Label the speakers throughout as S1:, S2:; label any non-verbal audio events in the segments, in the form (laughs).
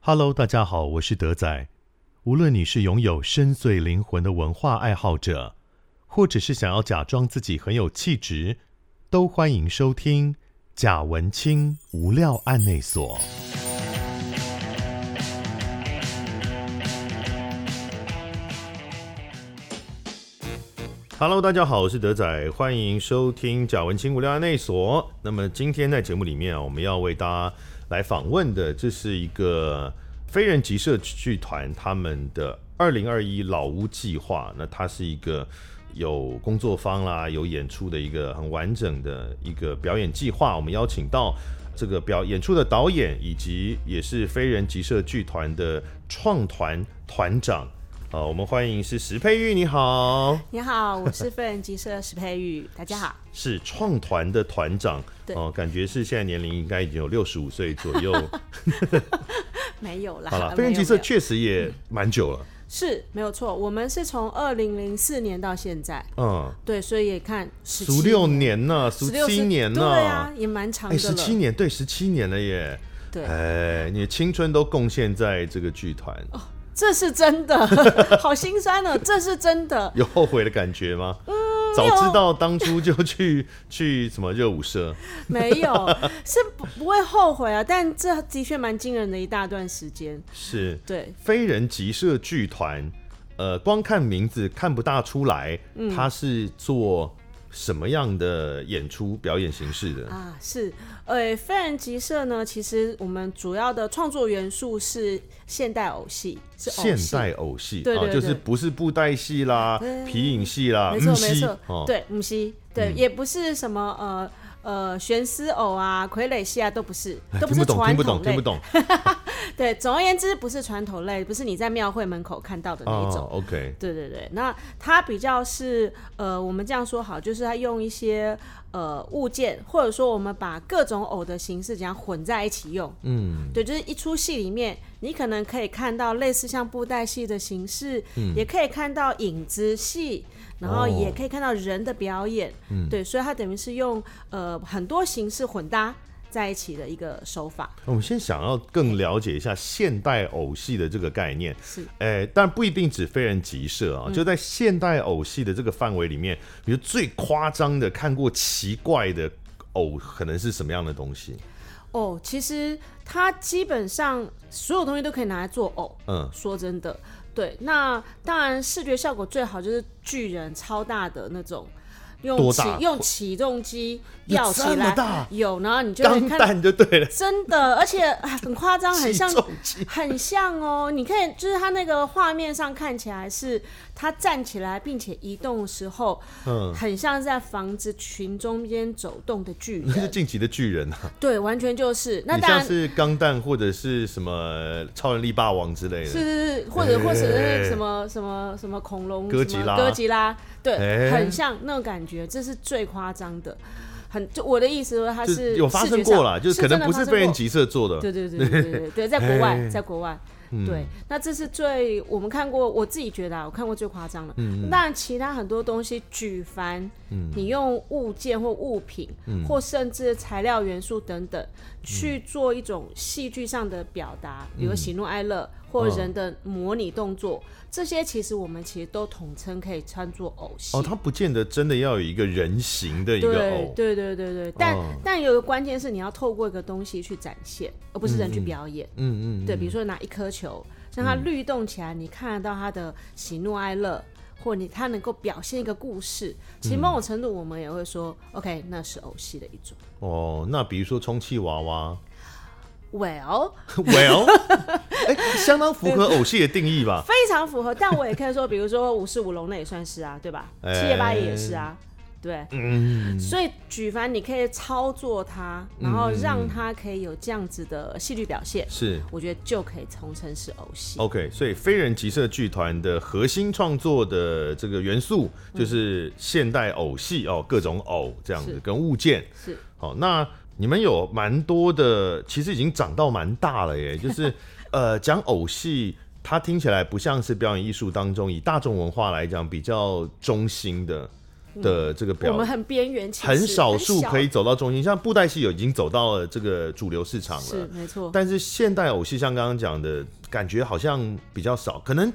S1: Hello，大家好，我是德仔。无论你是拥有深邃灵魂的文化爱好者，或者是想要假装自己很有气质，都欢迎收听《贾文清无料案内所》。Hello，大家好，我是德仔，欢迎收听贾文清无聊案内所。那么今天在节目里面啊，我们要为大家来访问的，这是一个非人集社剧团他们的二零二一老屋计划。那它是一个有工作坊啦，有演出的一个很完整的一个表演计划。我们邀请到这个表演出的导演，以及也是非人集社剧团的创团团长。啊，我们欢迎是石佩玉，你好。
S2: 你好，我是飞人集社史佩玉，大
S1: (laughs)
S2: 家好。
S1: 是创团的团长，
S2: 对
S1: 哦，感觉是现在年龄应该已经有六十五岁左
S2: (laughs)
S1: 右。
S2: 没有啦，
S1: 好了，
S2: 没
S1: 飞人
S2: 有
S1: 集社
S2: 没有
S1: 确实也蛮久了，
S2: 是没有错，我们是从二零零四年到现在，
S1: 嗯，
S2: 对，所以也看十
S1: 十六年呢，十
S2: 16
S1: 七年呢，
S2: 对啊，也蛮长
S1: 哎，
S2: 的
S1: 十
S2: 了。
S1: 七年，对，十七年了耶。
S2: 对，
S1: 哎，你的青春都贡献在这个剧团，
S2: 哦这是真的， (laughs) 好心酸哦，这是真的。
S1: (laughs) 有后悔的感觉吗？
S2: 嗯
S1: 早知道当初就去 (laughs) 去什么热舞社，
S2: 没
S1: (laughs)
S2: 有，是不不会后悔啊，但这的确蛮惊人的一大段时间。
S1: 是
S2: 对，
S1: 非人集社剧团，呃，光看名字看不大出来，
S2: 嗯
S1: 它是做什么样的演出表演形式的？
S2: 啊，是，呃，非人集社呢，其实我们主要的创作元素是现代偶戏，是偶戏
S1: 现代偶戏
S2: 对对
S1: 啊，
S2: 对
S1: 就是不是布袋戏啦、皮影戏啦、
S2: 没
S1: 嗯
S2: 错
S1: 戏
S2: 没错，
S1: 哦，嗯
S2: 对，母西，对，也不是什么呃呃悬丝偶啊、傀儡戏啊，都不是，都不
S1: 哎听不
S2: 是
S1: 懂，听
S2: 传
S1: 不懂，
S2: 统
S1: 听不
S2: 类。
S1: 懂
S2: 对，总而言之，不是传统类，不是你在庙会门口看到的那一种。
S1: 哦 OK，
S2: 对对对，那它比较是呃，我们这样说好，就是它用一些呃物件，或者说我们把各种偶的形式这样混在一起用。
S1: 嗯，
S2: 对，就是一出戏里面，你可能可以看到类似像布袋戏的形式，也可以看到影子戏，然后
S1: 嗯
S2: 也
S1: 哦嗯
S2: 可以看到人的表演。对，所以它等于是用呃很多形式混搭在一起的一个手法。
S1: 我们先想要更了解一下现代偶戏的这个概念。
S2: 是，嗯
S1: 哎、但不一定指非人集社啊，就在现代偶戏的这个范围里面，比如最夸张的看过奇怪的偶，可能是什么样的东西？
S2: 哦，其实它基本上所有东西都可以拿来做偶。
S1: 嗯，
S2: 说真的，对，那当然视觉效果最好就是巨人超大的那种。用
S1: 多
S2: 起
S1: 大
S2: 用起重机
S1: 有
S2: 吊起
S1: 这么
S2: 来
S1: 大，
S2: 有，然后你就会
S1: 钢
S2: 看
S1: 弹就对
S2: (laughs)
S1: 了，
S2: 真的，而且啊很夸张，很像
S1: 起，重机，
S2: 很像哦。你看，就是他那个画面上看起来是他站起来并且移动的时候，
S1: 嗯，
S2: 很像是在房子群中间走动的巨
S1: 那是
S2: 人。
S1: 晋级的巨人啊，
S2: 对，完全就是。那
S1: 你
S2: 当
S1: 像
S2: 然。
S1: 是钢弹或者是什么超人力霸王之类
S2: 是
S1: 的，
S2: 是是，或者或者
S1: 哎
S2: 是什么什么什么恐龙，
S1: 哥吉拉
S2: 什么哥吉拉，
S1: 哎
S2: 对，很像那种感觉，这是最夸张的。很，就我的意思说，它
S1: 就是有发
S2: 视觉
S1: 生过
S2: 上
S1: 啦，就是可
S2: 真
S1: 能
S2: 的
S1: 不
S2: 发
S1: 是
S2: 生
S1: 非人
S2: 过
S1: 集社做的，
S2: 对对对对对对对，在国
S1: 哎
S2: 外，在国外。对，那这是最我们看过，我自己觉得、啊、我看过最夸张的。当然，其他很多东西，举凡、你用物件或物品，或甚至材料元素等等，去做一种戏剧上的表达，比如喜怒哀乐，或人的模拟动作，这些其实我们其实都统称可以称作偶戏。
S1: 哦，它不见得真的要有一个人形的一个
S2: 对
S1: 偶，
S2: 对对对对，但、
S1: 哦
S2: 但有一个关键是你要透过一个东西去展现，而不是人去表演。
S1: 嗯嗯，
S2: 对，比如说拿一颗球，让它律动起来，你看得到它的喜怒哀乐，或你它能够表现一个故事。其实某种程度，我们也会说、o
S1: 嗯
S2: k 那是偶戏的一种。
S1: 哦，那比如说充气娃娃。 (laughs)
S2: Well，
S1: Well，哎、相当符合偶戏的定义吧？
S2: (laughs) 非常符合，但我也可以说，比如说舞狮舞龙那也算是啊，对吧？
S1: 哎嗯
S2: 七爷八爷也是啊，对。所以举凡你可以操作它，然后让它可以有这样子的戏剧表现，
S1: 是
S2: 我觉得就可以重称是偶戏。
S1: OK，所以非人集社剧团的核心创作的这个元素就是现代偶戏哦，各种偶这样子
S2: 是
S1: 跟物件。
S2: 是
S1: 好、那你们有蛮多的，其实已经长到蛮大了耶，就是呃，讲偶戏。它听起来不像是表演艺术当中以大众文化来讲比较中心的的这个表
S2: 我们很边缘，其实
S1: 很少数可以
S2: 很小
S1: 走到中心，像布袋戏有已经走到了这个主流市场
S2: 是
S1: 了，
S2: 没错，
S1: 但是现代偶戏像刚刚讲的，感觉好像比较少，可能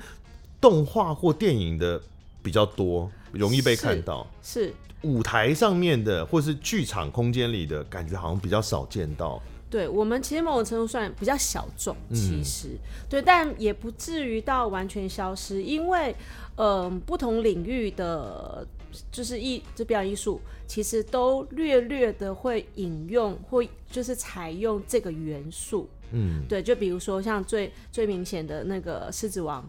S1: 动画或电影的比较多，容易被
S2: 是
S1: 看到。
S2: 是
S1: 舞台上面的或是剧场空间里的感觉，好像比较少见到。
S2: 对我们其实某种程度算比较小众，
S1: 嗯
S2: 其实、对，但也不至于到完全消失，因为嗯、不同领域的就是艺这表演艺术，其实都略略的会引用或就是采用这个元素。
S1: 嗯，
S2: 对，就比如说像最最明显的那个《狮子王》，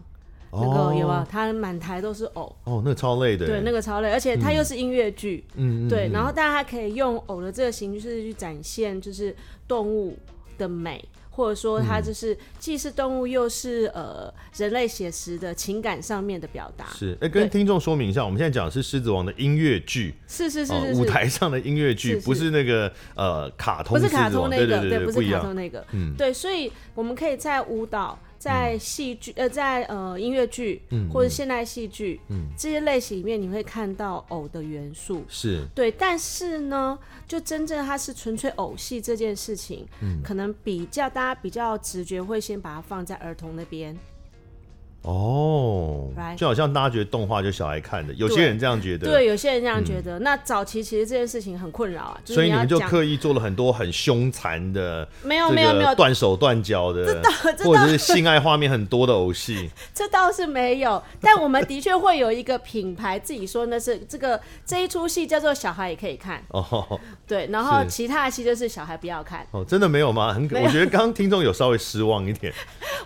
S2: 那
S1: 哦
S2: 个有啊，它满台都是偶，
S1: 哦，那个超累的。
S2: 对，那个超累，而且它又是音乐剧，
S1: 嗯，嗯
S2: 对，然后但它可以用偶的这个形式去展现，就是动物的美，或者说
S1: 嗯
S2: 它就是既是动物又是呃人类写实的情感上面的表达，
S1: 是，哎、跟
S2: 对
S1: 听众说明一下，我们现在讲的是《狮子王》的音乐剧，
S2: 是是是
S1: 哦
S2: 是
S1: 舞
S2: 是。
S1: 台上的音乐剧，
S2: 是是
S1: 不是那个呃卡通
S2: 不
S1: 狮
S2: 是
S1: 子
S2: 卡
S1: 王，
S2: 通那个，
S1: 对对
S2: 不
S1: 不
S2: 是
S1: 一
S2: 卡
S1: 样。嗯
S2: 通那个，对，所以我们可以在舞蹈、在戏剧、呃，在呃音乐剧、
S1: 嗯
S2: 或者现代戏剧、这些类型里面，你会看到偶的元素。
S1: 是，
S2: 对，但是呢，就真正它是纯粹偶戏这件事情，
S1: 嗯
S2: 可能比较大家比较直觉会先把它放在儿童那边，
S1: 哦
S2: Right
S1: 就好像大家觉得动画就小孩看的，有些
S2: 对
S1: 人这样觉得。
S2: 对，。有些人这样觉得。那早期其实这件事情很困扰啊，
S1: 嗯
S2: 就是
S1: 所以你
S2: 要
S1: 们就
S2: 讲，
S1: 刻意做了很多很凶残的，
S2: 没有
S1: 这
S2: 没有没
S1: 个
S2: 有，
S1: 断手断脚的，
S2: 这
S1: 或者是性爱画面很多的偶戏。 (laughs)
S2: 这倒是没有，但我们的确会有一个品牌自己说那是这个这一出戏叫做小孩也可以看，
S1: 哦
S2: 对，然后
S1: 是
S2: 其他的戏就是小孩不要看。
S1: 哦，真的没有吗？很可，
S2: 没
S1: 我
S2: 有
S1: 觉得刚刚听众有稍微失望一点，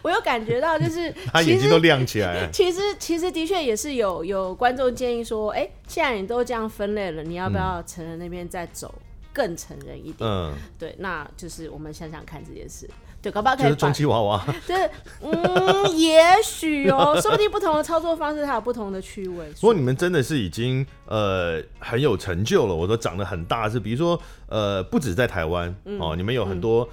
S2: 我有感觉到就是
S1: (laughs) 他
S2: 其
S1: 眼睛
S2: 实
S1: 都亮起来了。
S2: 其实 (laughs) 其实的确也是有有观众建议说，哎、既然你都这样分类了，你要不要成人那边再走更成人一点？
S1: 嗯，
S2: 对，那就是我们想想看这件事。对，搞不好
S1: 就
S2: 可以
S1: 是
S2: 把
S1: 充，气娃娃，
S2: (laughs) 就是嗯，也许哦、
S1: (laughs)
S2: 说不定不同的操作方式它有不同的趣味。
S1: 不过你们真的是已经呃很有成就了。我说长得很大是，比如说呃不止在台湾、
S2: 嗯
S1: 哦，你们有很多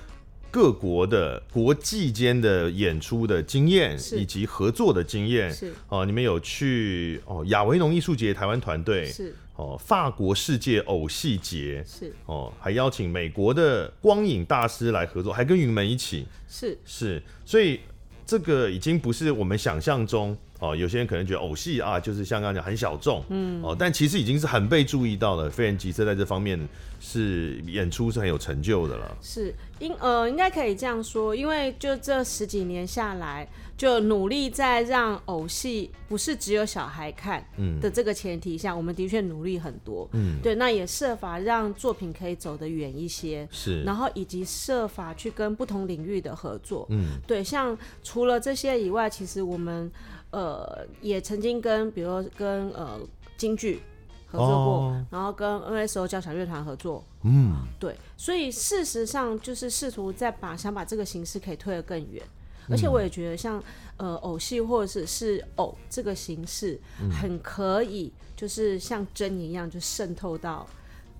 S1: 各国的、国际间的演出的经验，
S2: 是
S1: 以及合作的经验
S2: 是
S1: 哦。你们有去哦亚维农艺术节台湾团队
S2: 是
S1: 哦，法国世界偶戏节
S2: 是
S1: 哦，还邀请美国的光影大师来合作，还跟云门一起。
S2: 是，
S1: 是，所以这个已经不是我们想象中哦。有些人可能觉得偶戏啊，就是像刚刚讲很小众，嗯，哦，但其实已经是很被注意到了。飞人吉车在这方面是演出是很有成就的了。
S2: 是应呃，应该可以这样说，因为就这十几年下来，就努力在让偶戏不是只有小孩看的这个前提下，我们的确努力很多。嗯，对，那也设法让作品可以走得远一些。
S1: 是
S2: 然后以及设法去跟不同领域的合作，嗯，对，像除了这些以外，其实我们呃也曾经跟，比如说跟呃京剧合作过，
S1: 哦
S2: 然后跟 NSO 交响乐团合作，
S1: 嗯，
S2: 对，所以事实上就是试图在把想把这个形式可以推得更远，
S1: 嗯
S2: 而且我也觉得像呃偶戏或者是是偶这个形式，
S1: 嗯
S2: 很可以就是像针一样就渗透到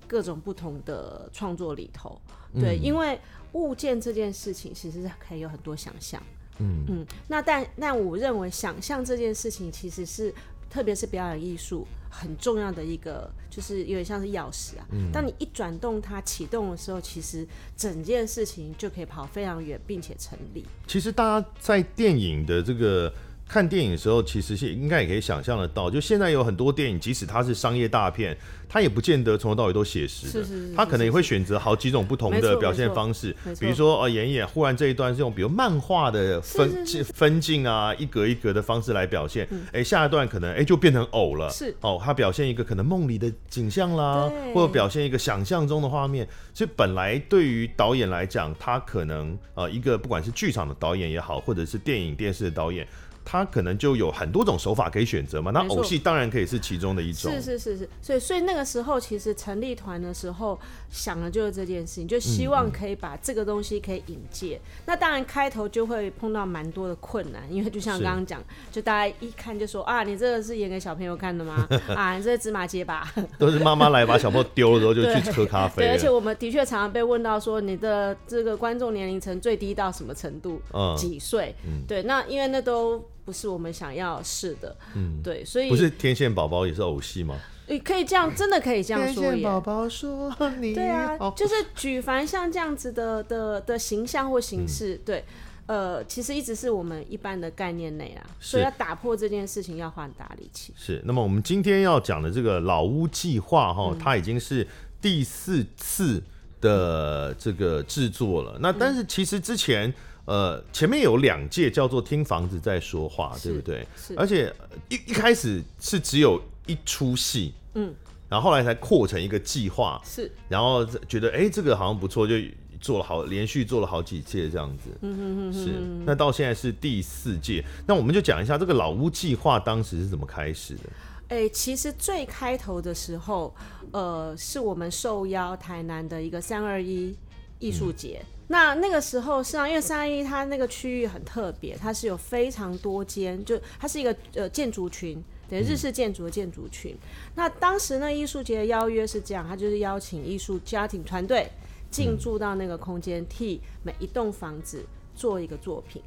S2: 各种不同的创作里头。
S1: 嗯
S2: 对，因为物件这件事情其实是可以有很多想象。嗯嗯，那但但我认为想象这件事情其实是，特别是表演艺术很重要的一个，就是有点像是钥匙啊。当你一转动它启动的时候，其实整件事情就可以跑非常远，并且成立。
S1: 其实大家在电影的这个。看电影的时候，其实是应该也可以想象得到，就现在有很多电影，即使它是商业大片，它也不见得从头到尾都写实的，
S2: 是是是
S1: 它可能也会选择好几种不同
S2: 没
S1: 的
S2: 错
S1: 表
S2: 没
S1: 现
S2: 错
S1: 方式
S2: 没，错
S1: 比如说呃演一演，忽然这一段是用比如漫画的分
S2: 是是
S1: 分镜啊，一格一格的方式来表现，哎、下一段可能哎、就变成偶了，
S2: 是
S1: 哦，它表现一个可能梦里的景象啦，
S2: 对
S1: 或者表现一个想象中的画面，所以本来对于导演来讲，他可能呃一个不管是剧场的导演也好，或者是电影电视的导演。他可能就有很多种手法可以选择嘛，那
S2: 没错
S1: 偶戏当然可以是其中的一种。
S2: 是是是是，所以所以那个时候其实成立团的时候想的就是这件事情，就希望可以把这个东西可以引介。那当然开头就会碰到蛮多的困难，因为就像
S1: 是
S2: 刚刚讲，就大家一看就说啊，你这个是演给小朋友看的吗？啊，你这是芝麻街吧？
S1: 都是妈妈来把小朋友丢了之后就去
S2: (laughs) 对
S1: 喝咖啡
S2: 对，
S1: 了。
S2: 而且我们的确常常被问到说，你的这个观众年龄层最低到什么程度？
S1: 嗯
S2: 几岁？对，那因为
S1: 嗯
S2: 那都不是我们想要试的，对，所以
S1: 不是天线宝宝也是偶戏吗？
S2: 你可以这样，真的可以这样说
S1: 天线
S2: 耶。
S1: 宝宝说你
S2: 对啊
S1: 好，
S2: 就是举凡像这样子的的的形象或形
S1: 嗯
S2: 式，对，呃，其实一直是我们一般的概念内啦，所以
S1: 是
S2: 要打破这件事情要花很大力气。
S1: 是，那么我们今天要讲的这个老屋计划哈、它已经是第四次的这个制作了。那但是其实之前。呃，前面有两届叫做“听房子在说话”，对不对？
S2: 是
S1: 而且呃一一开始是只有一出戏，
S2: 嗯，
S1: 然后后来才扩成一个计划，
S2: 是，
S1: 然后觉得哎、诶这个好像不错，就做了好连续做了好几届这样子。嗯嗯嗯，是。那到现在是第四届，那我们就讲一下这个老屋计划当时是怎么开始的。
S2: 哎、其实最开头的时候，呃，是我们受邀台南的一个三二一艺术节。那那个时候，实际上因为三二一它那个区域很特别，它是有非常多间，就它是一个呃建筑群，等于日式建筑的建筑群。那当时呢，艺术节的邀约是这样，它就是邀请艺术家庭团队进驻到那个空间，替每一栋房子做一个作品。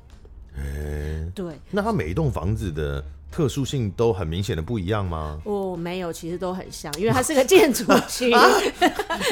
S2: 对，
S1: 那它每一栋房子的特殊性都很明显的不一样
S2: (laughs)
S1: 吗？
S2: 哦，没有，其实都很像，因为它是个建筑群。它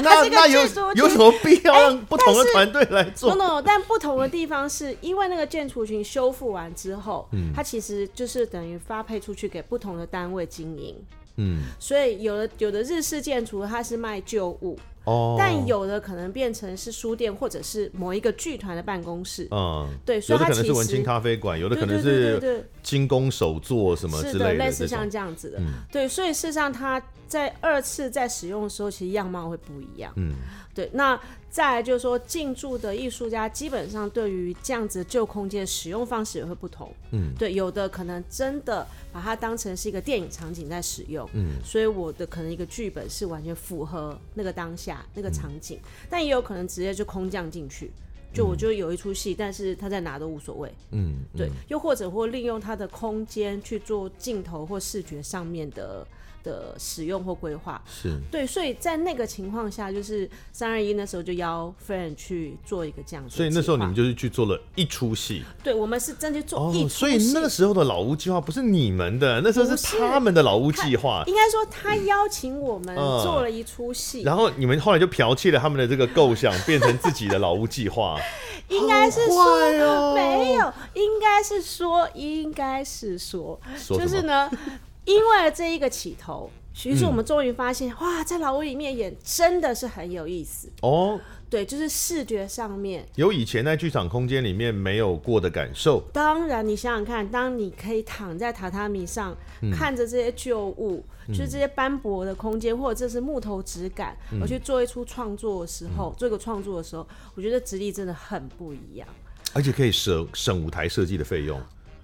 S1: 那
S2: 是个
S1: 那有
S2: 制作群
S1: 有什么必要让不同的
S2: 但是
S1: 团队来
S2: no
S1: 做？
S2: no，但 (laughs) 不同的地方是因为那个建筑群修复完之后，
S1: 嗯
S2: 它其实就是等于发配出去给不同的单位经营，
S1: 嗯，
S2: 所以有的有的日式建筑它是卖旧物，
S1: 哦，
S2: 但有的可能变成是书店或者是某一个剧团的办公室，
S1: 嗯，
S2: 对，所
S1: 有
S2: 以
S1: 的
S2: 它
S1: 可能
S2: 其
S1: 是文青
S2: 实。
S1: 咖啡馆，有的
S2: 对
S1: 可
S2: 对
S1: 能
S2: 对对
S1: 是
S2: 对，
S1: 精工手作什么
S2: 是
S1: 之
S2: 的，
S1: 类
S2: 类
S1: 这
S2: 似像
S1: 种。嗯
S2: 这样子的，对，所以事实上它在二次在使用的时候，其实样貌会不一样。
S1: 嗯，
S2: 对。那再来就是说，进驻的艺术家基本上对于这样子旧空间的使用方式也会不同。
S1: 嗯，
S2: 对，有的可能真的把它当成是一个电影场景在使用。嗯，所以我的可能一个剧本是完全符合那个当下
S1: 嗯
S2: 那个场景，但也有可能直接就空降进去。就我就有一出戏，但是他在哪都无所谓。
S1: 嗯，
S2: 对，又或者或利用它的空间去做镜头或视觉上面的的使用或规划。
S1: 是。
S2: 对，所以在那个情况下，就是三二一那时候就邀 friend 去做一个这样子的计划。
S1: 所以那时候你们就是去做了一出戏
S2: 对我们是真的去做
S1: 哦
S2: 一出戏、，
S1: 所以那个时候的老屋计划不是你们的，那时候
S2: 不
S1: 是
S2: 是
S1: 他们的老屋计划。
S2: 应该说他邀请我们
S1: 嗯
S2: 做了一出戏，
S1: 然后你们后来就剽窃了他们的这个构想，变成自己的老屋计划。
S2: 应该 (laughs) 是啊
S1: 好坏哦
S2: 说没有，应该是说，应该是说，
S1: 说
S2: 就
S1: 什
S2: 是
S1: 么
S2: 呢，因为了这一个起头，于是我们终于发现，哇，在老屋里面演真的是很有意思。
S1: 哦，
S2: 对，就是视觉上面。
S1: 有以前在剧场空间里面没有过的感受。
S2: 当然，你想想看，当你可以躺在榻榻米上，
S1: 嗯
S2: 看着这些旧物，就是这些斑驳的空间，或者这是木头质感，
S1: 嗯
S2: 我去做一出创作的时候，做一个创作的时候，我觉得质地真的很不一样。
S1: 而且可以省省舞台设计的费
S2: (laughs)
S1: 用，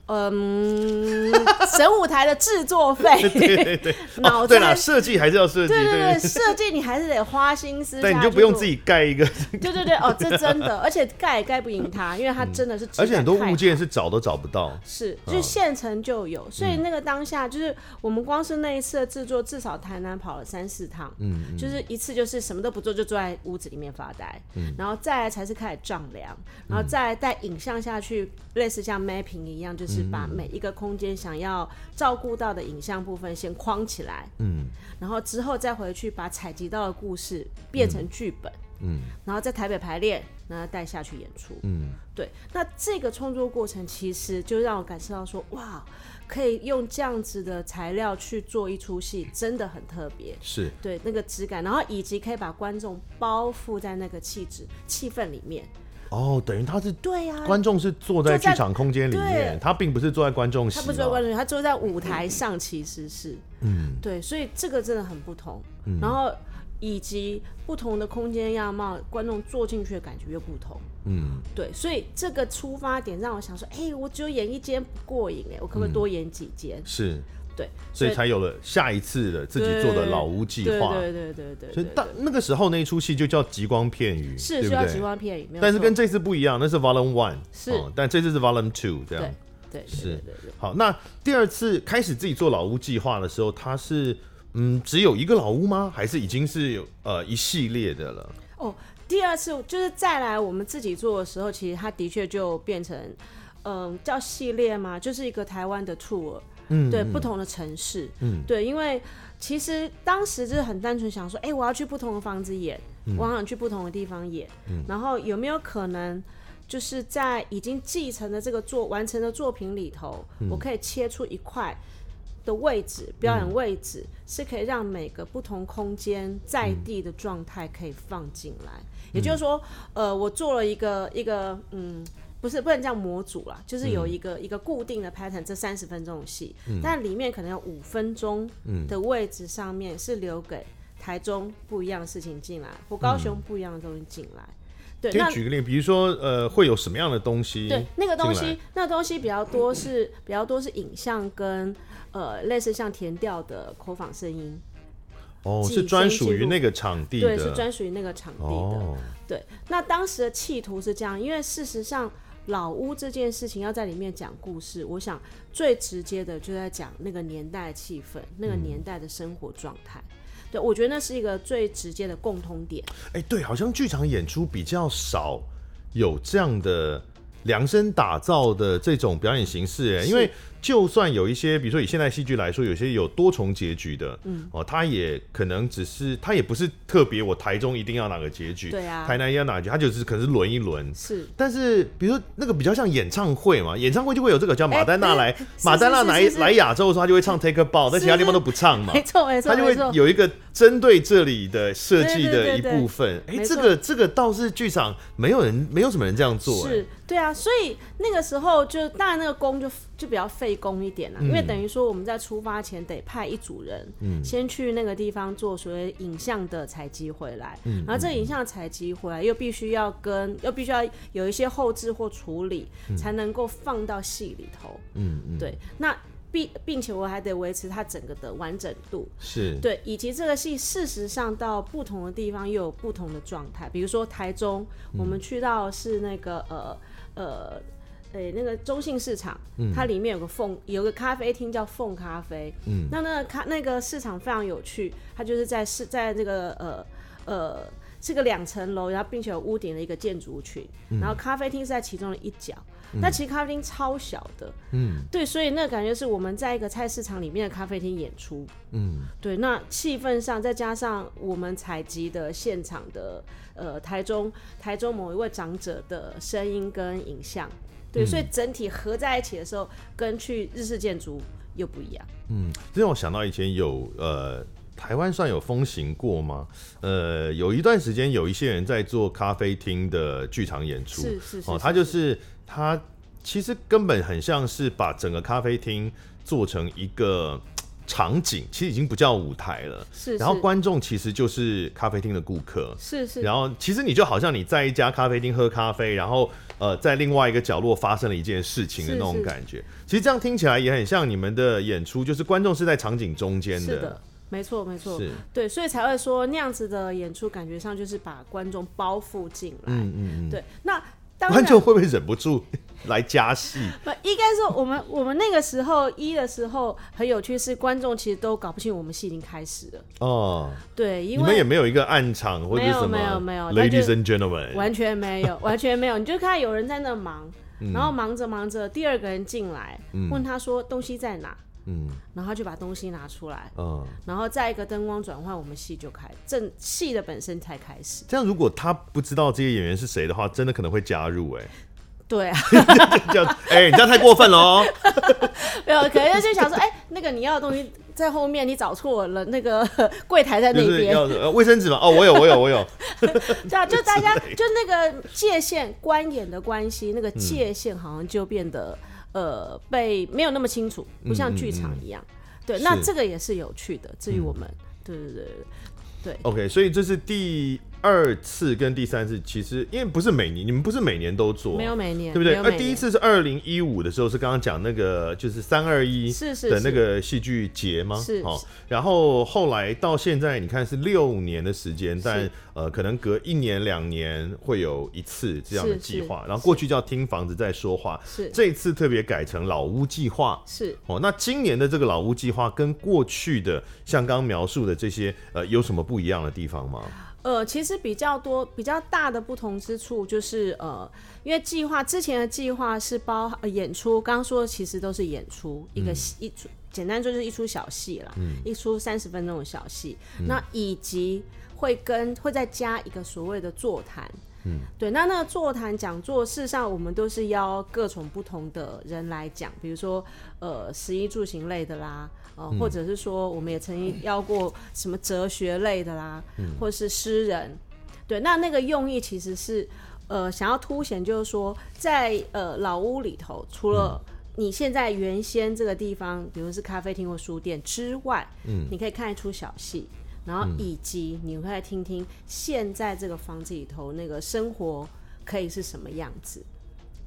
S2: 嗯，神舞台的制作
S1: (laughs)
S2: 费，对对对，脑
S1: 哦对
S2: 子
S1: 啦，
S2: 还
S1: 设计还是要设计，
S2: 对
S1: 对
S2: 对对，设计你还是得花心思，
S1: 但你就不用自，己盖一个，
S2: 对对对，哦，这真的，而且盖也盖不赢它，因为它真的是质
S1: 嗯
S2: 感
S1: 而且很多
S2: 太
S1: 物件是找都找不到。
S2: 是，就是现成就有，所
S1: 嗯
S2: 以那个当下就是我们光是那一次的制作，至少台南跑了三四趟，嗯，就是一次就是什么都不做，就坐在屋子里面发呆，
S1: 嗯
S2: 然后再来才是开始丈量，然后再来带影像下去，类似像 mapping 一样，就是把
S1: 嗯
S2: 每一个空间想要照顾到的影像部分先框起来，
S1: 嗯，
S2: 然后之后再回去把采集到的故事变成剧本，
S1: 嗯，
S2: 然后在台北排练，然后带下去演出，
S1: 嗯，
S2: 对，那这个创作过程其实就让我感受到说，哇，可以用这样子的材料去做一出戏，真的很特别。
S1: 是
S2: 对那个质感，然后以及可以把观众包覆在那个气质气氛里面。
S1: 哦，等于他是
S2: 对啊呀、
S1: 观众是坐在
S2: 坐在
S1: 剧场空间里面
S2: 对，
S1: 他并不是坐在观众席啊
S2: 他
S1: 嘛，
S2: 不坐在观众席，他坐在舞台上，其实是，嗯，对，所以这个真的很不同。
S1: 嗯
S2: 然后以及不同的空间样貌，观众坐进去的感觉又不同。
S1: 嗯，
S2: 对，所以这个出发点让我想说，哎、我只有演一间不过瘾，哎，我可不可
S1: 嗯
S2: 以多演几间？
S1: 是，
S2: 对，
S1: 所以
S2: 所以
S1: 才有了下一次的自己做的老屋计划。
S2: 对对对对
S1: 所
S2: 对
S1: 以
S2: 对，
S1: 到那个时候那一出戏就叫《极光片语》，
S2: 是
S1: 对
S2: 需
S1: 不
S2: 要
S1: 对
S2: 极？光片里面，
S1: 但是跟这次不一样，那是 Volume One，
S2: 是
S1: 哦但这次是 Volume Two 这样
S2: 对。对
S1: 是
S2: 对对对，
S1: 好，那第二次开始自己做老屋计划的时候，它是嗯只有一个老屋吗？还是已经是有呃一系列的了？
S2: 哦，第二次就是再来我们自己做的时候，其实它的确就变成，嗯，叫系列嘛，就是一个台湾的 tour。
S1: 嗯
S2: 对不同的城市，
S1: 嗯
S2: 对，因为其实当时就是很单纯想说，哎、我要去不同的房子演，
S1: 嗯
S2: 我想去不同的地方演，然后有没有可能就是在已经继承的这个作完成的作品里头，我可以切出一块。的位置，表演位置、是可以让每个不同空间在地的状态可以放进来。也就是说，呃，我做了一个一个嗯。不是不能叫模组啦，就是有一个、一个固定的 pattern，这三十分钟的戏，但里面可能有五分钟的位置上面是留给台中不一样的事情进来，或高雄不一样的东西进来。对，
S1: 可
S2: 那
S1: 以举个例，比如说呃，会有什么样的东西？
S2: 对，那个东
S1: 进
S2: 西，那个东西比较多是比较多是影像跟呃类似像填调的口访声音，
S1: 哦，
S2: 几
S1: 是专
S2: 先
S1: 属于
S2: 进入
S1: 那个场地的，
S2: 对，是专属于那个场地的。
S1: 哦，
S2: 对，那当时的企图是这样，因为事实上老屋这件事情要在里面讲故事，我想最直接的就在讲那个年代的气氛，那个
S1: 嗯
S2: 年代的生活状态。对，我觉得那是一个最直接的共通点。
S1: 哎、对，好像剧场演出比较少有这样的量身打造的这种表演形式，哎，因为就算有一些，比如说以现代戏剧来说，有些有多重结局的，嗯，哦，它也可能只是，它也不是特别，我台中一定要哪个结局，
S2: 对啊
S1: 台南一定要哪个结局，它就是可能是轮一轮。 (laughs)
S2: 是，
S1: 但是，比如说那个比较像演唱会嘛，演唱会就会有这个叫马丹娜
S2: 哎
S1: 来，
S2: 对
S1: 马丹娜
S2: 是是
S1: 来
S2: 是是
S1: 来亚洲的时候，她就会唱 Take a Bow，但其他地方都不唱嘛。
S2: 没错，没错，
S1: 它就会
S2: 没错。
S1: 有一个针对这里的设计的
S2: 对对
S1: 一
S2: 对对
S1: 部分。哎、
S2: 没
S1: 这
S2: 错
S1: 个这个倒是剧场没有人没有什么人这样做、哎
S2: 是，对啊，所以那个时候就当然那个工就就比较费工一点啦，
S1: 嗯
S2: 因为等于说我们在出发前得派一组人，先去那个地方做所谓影像的采集回来，
S1: 嗯
S2: 然后这个影像采集回来又必须要跟又必须要有一些后置或处理，才能够放到戏里头。
S1: 嗯嗯，
S2: 对，那并并且我还得维持它整个的完整度，
S1: 是，
S2: 对，以及这个戏事实上到不同的地方又有不同的状态，比如说台中，我们去到是那个呃呃。诶，那个中信市场，它里面有个凤，有个咖啡厅叫凤咖啡。嗯，那那个咖那个市场非常有趣，它就是在是在这个呃呃这个两层楼，然后并且有屋顶的一个建筑群，然后咖啡厅是在其中的一角。那其实咖啡厅超小的，嗯，对，所以那个感觉是我们在一个菜市场里面的咖啡厅演出，对，那气氛上再加上我们采集的现场的呃台中台中某一位长者的声音跟影像，
S1: 嗯
S2: 对，所以整体合在一起的时候，跟去日式建筑又不一样。
S1: 嗯，这让我想到以前有呃。台湾算有风行过吗？呃，有一段时间有一些人在做咖啡厅的剧场演出，
S2: 是是是
S1: 哦，
S2: 是
S1: 他就是他其实根本很像是把整个咖啡厅做成一个嘖场景，其实已经不叫舞台了。
S2: 是，
S1: 然后
S2: 是
S1: 观众其实就是咖啡厅的顾客，
S2: 是是
S1: 然后其实你就好像你在一家咖啡厅喝咖啡，然后呃，在另外一个角落发生了一件事情的
S2: 是
S1: 那种
S2: 是
S1: 感觉。其实这样听起来也很像你们的演出，就是观众是在场景中间
S2: 是的，没错没错，
S1: 是
S2: 对，所以才会说那样子的演出，感觉上就是把观众包覆进来。嗯嗯对，那当
S1: 观
S2: 然
S1: 众会不会忍不住来加戏？
S2: 不，应该说我们我们那个时候一的时候很有趣，是观众其实都搞不清我们戏已经开始了。
S1: 哦，
S2: 对，因
S1: 你
S2: 为
S1: 们也没有一个暗场或者
S2: 没
S1: 是
S2: 有
S1: 什么
S2: 没有没有
S1: l a
S2: 但
S1: d i e
S2: 就
S1: s and gentlemen，
S2: 完全
S1: (laughs)
S2: 没有，完全没有。你就看有人在那忙，
S1: 嗯
S2: 然后忙着忙着，第二个人进来，问他说东西在哪，
S1: 嗯
S2: 然后他就把东西拿出来，
S1: 嗯。
S2: 然后再一个灯光转换，我们戏就开，正戏的本身才开始。
S1: 这样，如果他不知道这些演员是谁的话，真的可能会加入哎、
S2: 对啊， (laughs)
S1: 这样哎、你这样太过分了哦。
S2: 没有，可能就是想说，哎、那个你要的东西在后面，你找错了，那个 (laughs) 柜台 (laughs) 在那
S1: 就是
S2: 边，
S1: 要呃卫生纸嘛？哦，我有，我有，我有。
S2: 对啊，就大家就那个界限观演的关系，那个界限好像就变得、呃被没有那么清楚，不像剧场一样。对，那
S1: 嗯是嗯
S2: 这个也是有趣的。至于我们，对对对对
S1: OK，所以这是第二次跟第三次，其实因为不是每年，你们不是每年都做，
S2: 对，没有每年，
S1: 对不对？
S2: 没有
S1: 而
S2: 每
S1: 第一
S2: 年
S1: 次是二零一五的时候，是刚刚讲那个就是三二一
S2: 是是
S1: 的那个戏剧节吗？
S2: 是
S1: 哦
S2: 是，
S1: 然后后来到现在，你看是六年的时间，但
S2: 是
S1: 呃，可能隔一年两年会有一次这样的
S2: 是
S1: 计划。
S2: 是
S1: 然后过去叫听房子在说话，
S2: 是
S1: 这次特别改成老屋计划。
S2: 是
S1: 哦，那今年的这个老屋计划跟过去的像刚描述的这些呃有什么不一样的地方吗？
S2: 呃，其实比较多、比较大的不同之处就是，呃，因为计划之前的计划是包、呃、演出，刚刚说的其实都是演出，一个戏一出，简单说就是一出小戏啦，一出三十分钟的小戏，那以及会跟会再加一个所谓的座谈。嗯，对，那那个座谈讲座，事实上我们都是邀各种不同的人来讲，比如说呃，食衣住行类的啦，呃，
S1: 嗯
S2: 或者是说我们也曾经邀过什么哲学类的啦，
S1: 嗯
S2: 或者是诗人，对，那那个用意其实是，呃，想要凸显就是说，在呃老屋里头，除了
S1: 嗯
S2: 你现在原先这个地方，比如是咖啡厅或书店之外，嗯，你可以看一出小戏，然
S1: 嗯
S2: 后以及你会来听听现在这个房子里头那个生活可以是什么样子。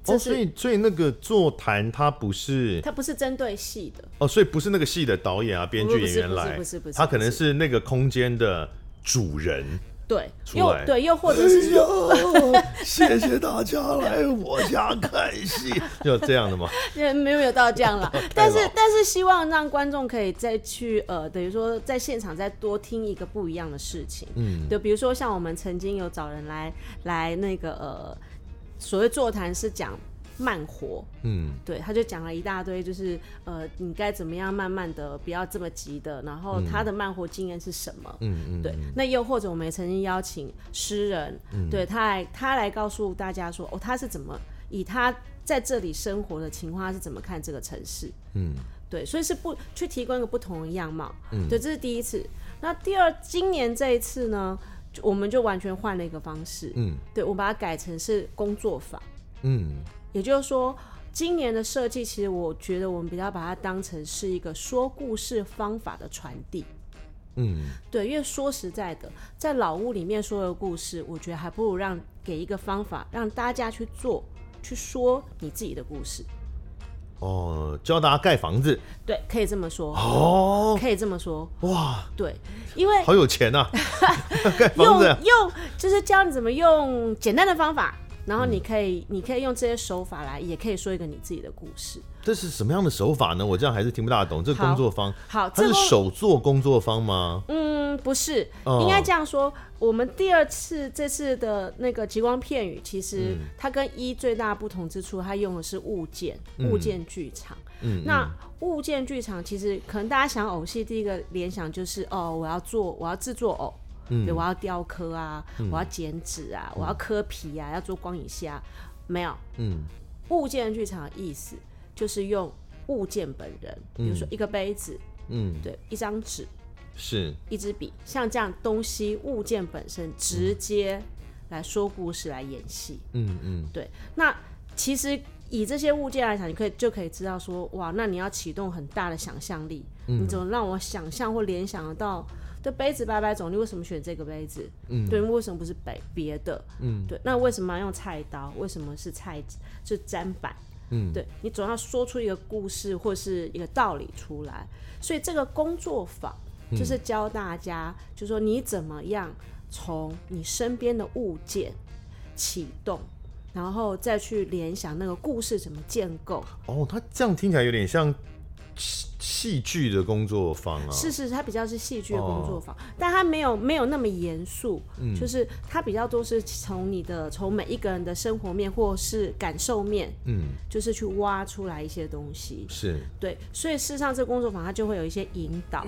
S2: 这
S1: 哦，所
S2: 是、
S1: 以所以那个座谈它不是
S2: 它不是针对戏的，
S1: 哦，所以不是那个戏的导演啊、编
S2: 不
S1: 剧
S2: 是
S1: 演员来，
S2: 不是不是不是
S1: 他可能
S2: 不是
S1: 是那个空间的主人。
S2: 对，
S1: 出
S2: 又
S1: 来
S2: 对又或
S1: (laughs)
S2: 者是说，
S1: 呦，谢谢大家来我家看戏， (laughs) 就这样的吗？
S2: (laughs) 也没有没有到这样啦，但是但是希望让观众可以再去呃，等于说在现场再多听一个不一样的事情，嗯，就比如说像我们曾经有找人来来那个呃，所谓座谈是讲慢活，
S1: 嗯，
S2: 对，他就讲了一大堆，就是呃，你该怎么样慢慢的，不要这么急的，然后他的慢活经验是什么？嗯嗯，嗯对。那又或者我们也曾经邀请诗人，对他来他来告诉大家说，哦，他是怎么以他在这里生活的情况，他是怎么看这个城市？
S1: 嗯，
S2: 对，所以是不去提供一个不同的样貌。嗯，对，这是第一次。那第二，今年这一次呢，就我们就完全换了一个方式。
S1: 嗯，
S2: 对，我把它改成是工作坊。
S1: 嗯，
S2: 也就是说，今年的设计，其实我觉得我们比较把它当成是一个说故事方法的传递。
S1: 嗯，
S2: 对，因为说实在的，在老屋里面说的故事，我觉得还不如让给一个方法，让大家去做，去说你自己的故事。
S1: 哦，教大家盖房子
S2: 对，可以这么说，
S1: 哦，
S2: 可以这么说。
S1: 哇，
S2: 对，因为
S1: 好有钱呐、 (laughs) 盖房
S2: 用
S1: 子啊
S2: 用就是教你怎么用简单的方法，然后你
S1: 嗯
S2: 可以、你可以用这些手法来，也可以说一个你自己的故事。
S1: 这是什么样的手法呢？我这样还是听不大懂。这个工作坊，
S2: 好，
S1: 它
S2: 这
S1: 是
S2: 个
S1: 手做工作坊吗？
S2: 嗯，不是，
S1: 哦
S2: 应该这样说。我们第二次这次的那个极光片语，其实它跟一最大不同之处，它用的是物件，物件剧场。嗯，那物件剧场其实可能大家想偶戏，第一个联想就是哦，我要做，我要制作偶。对，我要雕刻啊，我要剪纸啊，我要刻皮啊，要做光影戏啊，没有，
S1: 嗯，
S2: 物件剧场的意思就是用物件本人，比如说一个杯子，
S1: 嗯，
S2: 对，一张纸，
S1: 是
S2: 一支笔，像这样东西物件本身直接来说故事来演戏。
S1: 嗯嗯
S2: 对，那其实以这些物件来讲，你可以就可以知道说，哇，那你要启动很大的想象力，你怎么让我想象或联想得到？对杯子百百种，你为什么选这个杯子？嗯，对，为什么不是别别的？嗯，对，那为什么要用菜刀？为什么是菜是砧板？嗯，对你总要说出一个故事或是一个道理出来，所以这个工作坊就是教大家，就说你怎么样从你身边的物件启动，然后再去联想那个故事怎么建构。
S1: 哦，它这样听起来有点像戏戏剧的工作坊啊。
S2: 是是，它比较是戏剧的工作
S1: 哦
S2: 坊，但它没有没有那么严肃，
S1: 嗯
S2: 就是它比较多是从你的从每一个人的生活面或是感受面，
S1: 嗯，
S2: 就是去挖出来一些东西。
S1: 是
S2: 对，所以事实上这个工作坊它就会有一些引
S1: (clears throat)
S2: 导，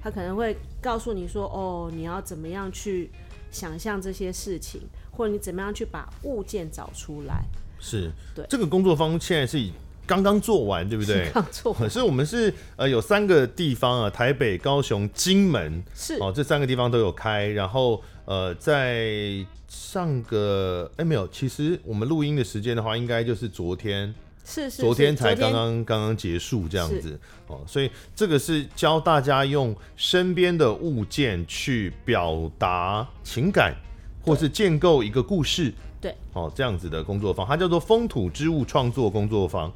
S2: 它可能会告诉你说，哦，你要怎么样去想象这些事情，或者你怎么样去把物件找出来。
S1: 是，
S2: 对
S1: 这个工作坊现在是已刚刚做完，对不对？
S2: 搞错
S1: 可 (laughs) 是我们是呃有三个地方啊，台北、高雄、金门
S2: 是
S1: 哦，这三个地方都有开。然后呃，在上个哎没有，其实我们录音的时间的话，应该就是昨天，
S2: 是是，
S1: 昨天
S2: 是
S1: 才刚刚刚刚结束这样
S2: 是
S1: 子哦。所以这个是教大家用身边的物件去表达情感，或是建构一个故事。
S2: 对
S1: 哦，这样子的工作坊，它叫做风土之物创作工作坊。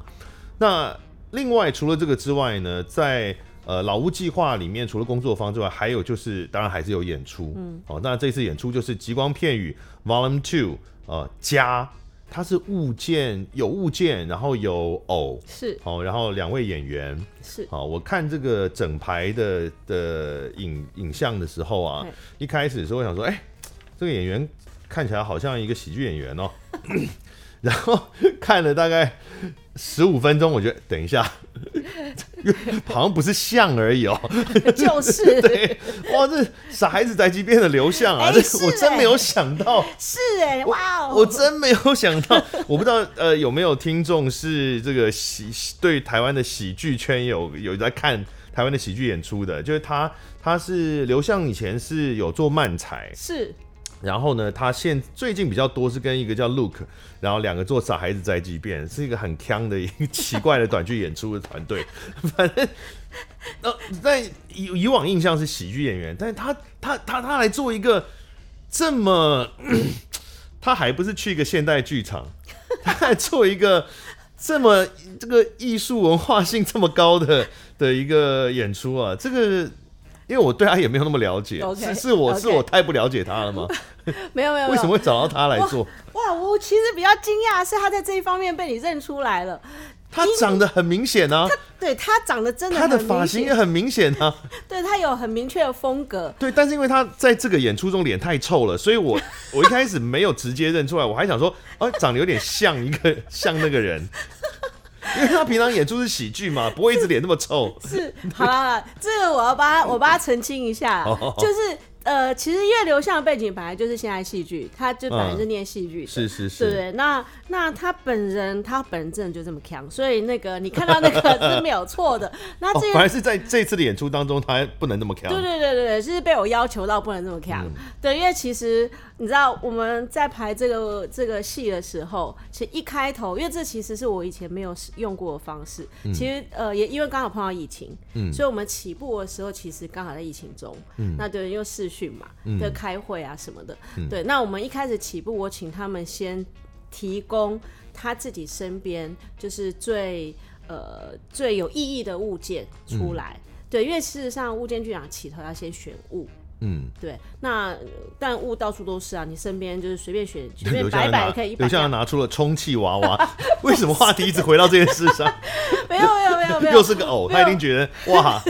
S1: 那另外除了这个之外呢，在呃老屋计划里面，除了工作坊之外，还有就是当然还是有演出。嗯，哦，那这次演出就是《极光片语》Volume Two，呃，加它是物件有物件，然后有偶，
S2: 是
S1: 哦，然后两位演员，
S2: 是
S1: 好，我看这个整排的的影影像的时候啊
S2: 对，
S1: 一开始的时候我想说，哎、这个演员看起来好像一个喜剧演
S2: (laughs)
S1: 员哦。然后看了大概十五分钟，我觉得等
S2: (laughs)
S1: 一下，好像不是像而已哦。
S2: 就
S1: (laughs)
S2: 是
S1: 对，哇，这傻孩子宅急便的流向啊，
S2: 哎
S1: 这
S2: 是
S1: 我真
S2: 哎
S1: 没有想到。
S2: 是哎、哇哦，
S1: 我真没有想到，我不知道呃有没有听众是这个喜喜对台湾的喜剧圈有有在看台湾的喜剧演出的，就是他他是刘向以前是有做漫才，
S2: 是
S1: 然后呢他现最近比较多是跟一个叫 Luke，然后两个做傻孩子宅急便，是一个很腔的一个奇怪的短剧演出的团队， (laughs) 反正。呃，在以以往印象是喜剧演员，但是他他他他来做一个这么 (clears throat) 他还不是去一个现代剧场，他还做一个这么这个艺术文化性这么高的 (laughs) 的一个演出啊，这个。因为我对他也没有那么了解是
S2: OK，
S1: 是我
S2: OK
S1: 是我太不了解他了吗？
S2: 没有没有没有
S1: (laughs) 为什么会找到他来做？
S2: 哇，我其实比较惊讶的是他在这一方面被你认出来了。
S1: 他长得很明显啊，
S2: 对他长得真的
S1: 他
S2: 很
S1: 的
S2: 明显，
S1: 发型也很明显啊， (laughs)
S2: 对他有很明确的风格，
S1: 对。但是因为他在这个演出中脸太臭了，所以
S2: (laughs)
S1: 我我一开始没有直接认出来，我还想说，哦、长得有点像一个 (laughs) 像那个人，因为他平常演出是喜剧嘛，不会一直脸那么
S2: (laughs)
S1: 臭。
S2: 是，好了，这个我要帮他，我帮他澄清一下啦
S1: (laughs) 哦，
S2: 就是呃，其实因为刘向的背景本来就是现代戏剧，他就本来是念戏剧
S1: 嗯
S2: 的。
S1: 是是
S2: 对
S1: 是，
S2: 不对？那那他本人，他本人真的就这么强，所以那个你看到那个 (laughs) 是没有错的。那
S1: 哦
S2: 这，
S1: 反
S2: 个、
S1: 而是在这次的演出当中，他不能那么强。
S2: 对对对对对，是被我要求到不能这么强。对，因为其实你知道我们在排这个这个戏的时候，其实一开头，因为这其实是我以前没有使用过的方式。其实呃，也因为刚好碰到疫情，所以我们起步的时候其实刚好在疫情中，那对，又视讯嘛，就开会啊什么的。对，那我们一开始起步，我请他们先提供他自己身边就是最呃最有意义的物件出来。对，因为事实上，物件剧场起头要先选物。
S1: 嗯，
S2: 对，那呃但物到处都是啊，你身边就是随便选，
S1: (laughs)
S2: 随便
S1: 刘
S2: 摆
S1: 向
S2: 一摆
S1: 拿
S2: 也可以一百
S1: 刘向
S2: 样。
S1: 拿出了充气娃娃，为什么话题一直回到这件事上？
S2: (laughs) 没有没有没有 (laughs) 没有
S1: (laughs) 又，是个偶，
S2: 没
S1: 他
S2: 有
S1: 一定觉得哇，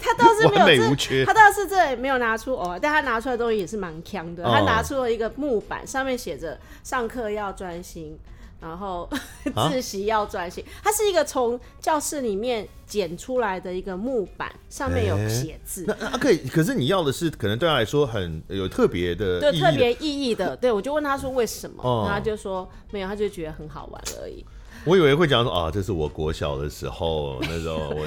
S2: 他倒是没
S1: 完美
S2: 有
S1: 无
S2: 这，
S1: 缺
S2: 他。倒是这也没有拿出偶尔，但他拿出来的东西也是蛮强的。
S1: 哦
S2: 他拿出了一个木板，上面写着“上课要专心”，然后 (laughs)
S1: 啊
S2: 自习要专心。它是一个从教室里面捡出来的一个木板，上面有
S1: 哎
S2: 写字。
S1: 那那可以，可是你要的是，可能对他来说很有特别的
S2: 对
S1: 意义
S2: 特
S1: 的。
S2: 别意义的，对我就问他说为什么，
S1: 哦
S2: 然后他就说没有，他就觉得很好玩而已。
S1: 我以为会讲说啊，这是我国小的时候，那时候我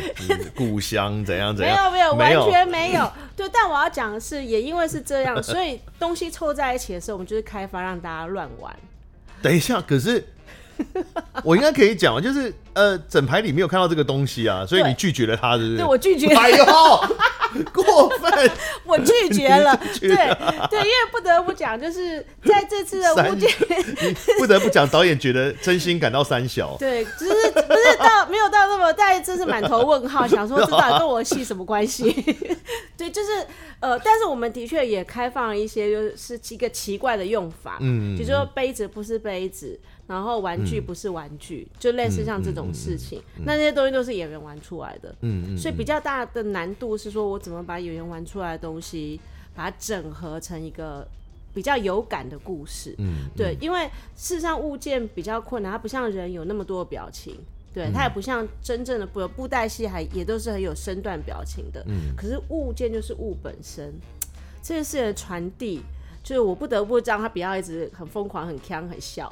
S1: 故乡怎样怎
S2: 没有
S1: 样，
S2: 没有，
S1: 没
S2: 完
S1: 有，
S2: 全没有。对，但我要讲的是，也因为是这样，所以东西凑在一起的时候，我们就是开发让大家乱玩。
S1: 等一下，可是我应该可以讲啊，就是呃，整排里没有看到这个东西啊，所以
S2: 对
S1: 你拒绝了他，是不是？
S2: 对我拒绝，
S1: 哎呦，过分！
S2: 我拒绝了。
S1: (laughs) 拒
S2: 对
S1: 绝
S2: 对，因为不得不讲，就是在这次的物件，
S1: 你不得不讲，导演觉得真心感到三小。
S2: 对，只是不是到没有到那么，但真是满头问号，想说这到底跟我戏什么关系？ (laughs) 对，就是呃，但是我们的确也开放了一些，就是一个奇怪的用法，嗯，比如说杯子不是杯子，然后玩具不是玩具，就类似像这种事情，那些东西都是演员玩出来的，嗯所以比较大的难度是说我怎么把演员玩出来的东西，把它整合成一个比较有感的故事，嗯，对，因为事实上物件比较困难，它不像人有那么多的表情。
S1: 嗯
S2: 对，它也不像真正的布布袋戏，还也都是很有身段表情的。嗯，可是物件就是物本身，这件事情的传递，就是我不得不让他不要一直很疯狂、很腔、很笑，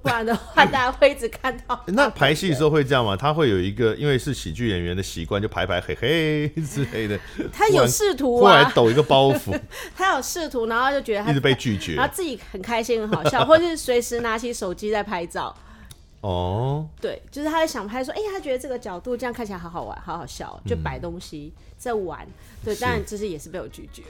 S2: 不然的话大家会一直看
S1: (laughs)
S2: 到。
S1: 那排戏的时候会这样吗？他会有一个，因为是喜剧演员的习惯，就排排嘿嘿之类的，
S2: 他有试图
S1: 忽然
S2: 啊，
S1: 抖一个包
S2: (laughs)
S1: 袱，
S2: 他有试图，然后就觉得
S1: 一直
S2: 他，
S1: 被拒绝
S2: 然。后自己很开心、很好
S1: (laughs)
S2: 笑，或是随时拿起手机在拍照。
S1: 哦，
S2: 对，就是他在想拍说，哎、他觉得这个角度这样看起来好好玩，好好笑，就摆东西、在玩。对，当然就是也是被我拒绝。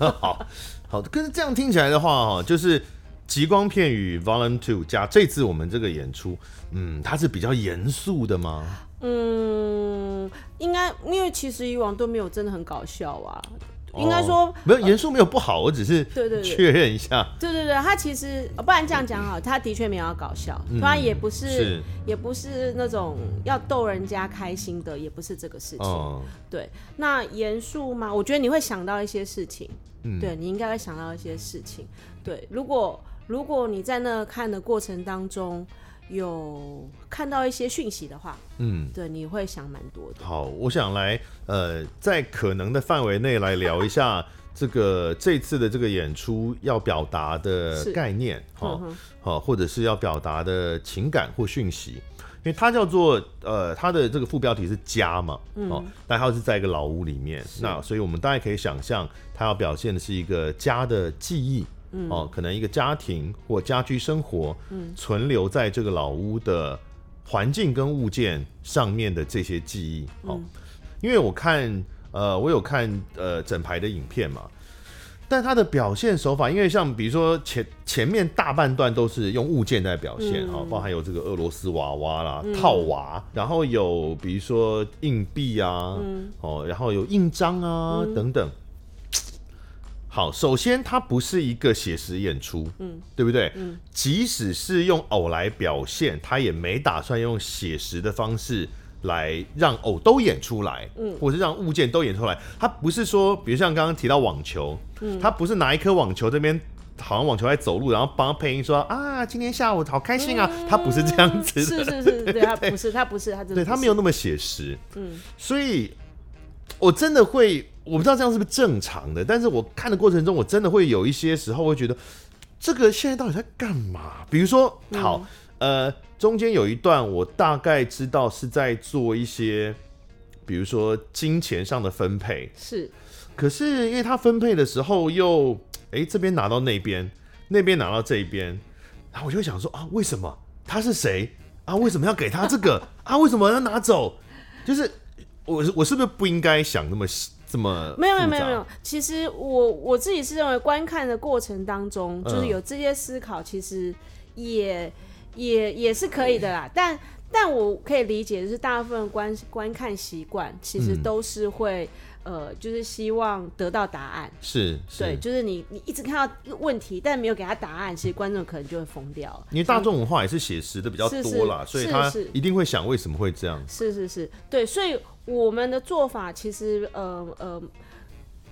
S1: 好好，可是这样听起来的话，哈，就是《极光片语》Volume Two 加这次我们这个演出，嗯，它是比较严肃的吗？
S2: 嗯，应该因为其实以往都没有真的很搞笑啊，应该说
S1: 哦没有严肃没有不好，我只是
S2: 对对对
S1: 确认一下，
S2: 对对对，他其实呃不然这样讲好，他的确没有要搞笑，当然也不嗯是
S1: 是
S2: 也不是那种要逗人家开心的，也不是这个事情。
S1: 哦，
S2: 对，那严肃吗？我觉得你会想到一些事情，
S1: 嗯
S2: 对你应该会想到一些事情。对，如果如果你在那看的过程当中有看到一些讯息的话，
S1: 嗯，
S2: 对，你会想蛮多的。
S1: 好，我想来呃，在可能的范围内来聊一下这个这次的这个演出要表达的
S2: 是
S1: 概念，哈、
S2: 嗯哼
S1: 好，或者是要表达的情感或讯息，因为它叫做呃，它的这个副标题是家嘛，哦，代号是在一个老屋里面，那所以我们大概可以想象，它要表现的是一个家的记忆。哦，可能一个家庭或家居生活，存留在这个老屋的环境跟物件上面的这些记忆，哦，因为我看，呃，我有看呃整排的影片嘛，但他的表现手法，因为像比如说前前面大半段都是用物件在表现啊、哦包含有这个俄罗斯娃娃啦、套娃，然后有比如说硬币啊，哦，然后有印章啊、等等。好，首先它不是一个写实演出，嗯，对不对？嗯，即使是用偶来表现，他也没打算用写实的方式来让偶都演出来，嗯，或是让物件都演出来。他不是说，比如像刚刚提到网球，嗯，他不是拿一颗网球这边。好像网球在走路，然后帮他配音说啊，今天下午好开心啊，他不是这样子的，
S2: 是是是，对他不是他不是他真
S1: (laughs)
S2: 的
S1: 对
S2: 不
S1: 他
S2: 是
S1: 没有那么写实，
S2: 嗯，
S1: 所以我真的会，我不知道这样是不是正常的，但是我看的过程中，我真的会有一些时候会觉得，这个现在到底在干嘛？比如说，
S2: 嗯
S1: 好，呃，中间有一段我大概知道是在做一些，比如说金钱上的分配，
S2: 是
S1: 可是因为他分配的时候又，哎、这边拿到那边，那边拿到这边，然后我就会想说啊，为什么他是谁啊？为什么要给他这个啊？为什么要拿走？就是我是我是不是不应该想那么细这么
S2: 没有没有
S1: 复
S2: 没
S1: 杂
S2: 有没有，其实我我自己是认为观看的过程当中，
S1: 嗯
S2: 就是有这些思考，其实也、也也是可以的啦。但但我可以理解，就是大部分观观看习惯，其
S1: 嗯
S2: 实都是会、呃，就是希望得到答案。
S1: 是是
S2: 对，就是你你一直看到一个问题，但没有给他答案，其实观众可能就会疯掉了。
S1: 因为大众文化也是写实的比较
S2: 是
S1: 多啦，
S2: 是
S1: 所以
S2: 是
S1: 他
S2: 是
S1: 一定会想为什么会这样。
S2: 是是是，对，所以我们的做法其实，呃呃，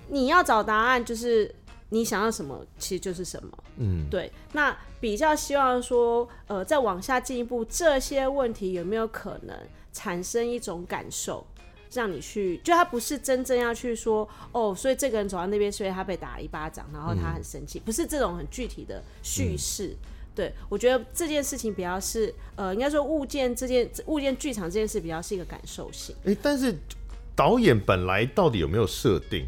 S2: 你要找答案，就是你想要什么，其实就是什么。
S1: 嗯，
S2: 对。那比较希望说，呃，再往下进一步，这些问题有没有可能产生一种感受，让你去，就他不是真正要去说，哦，所以这个人走到那边，所以他被打了一巴掌，然后他很生气，不是这种很具体的叙事。对，我觉得这件事情比较是，呃，应该说物件这件物件剧场这件事比较是一个感受性。
S1: 哎、但是导演本来到底有没有设定？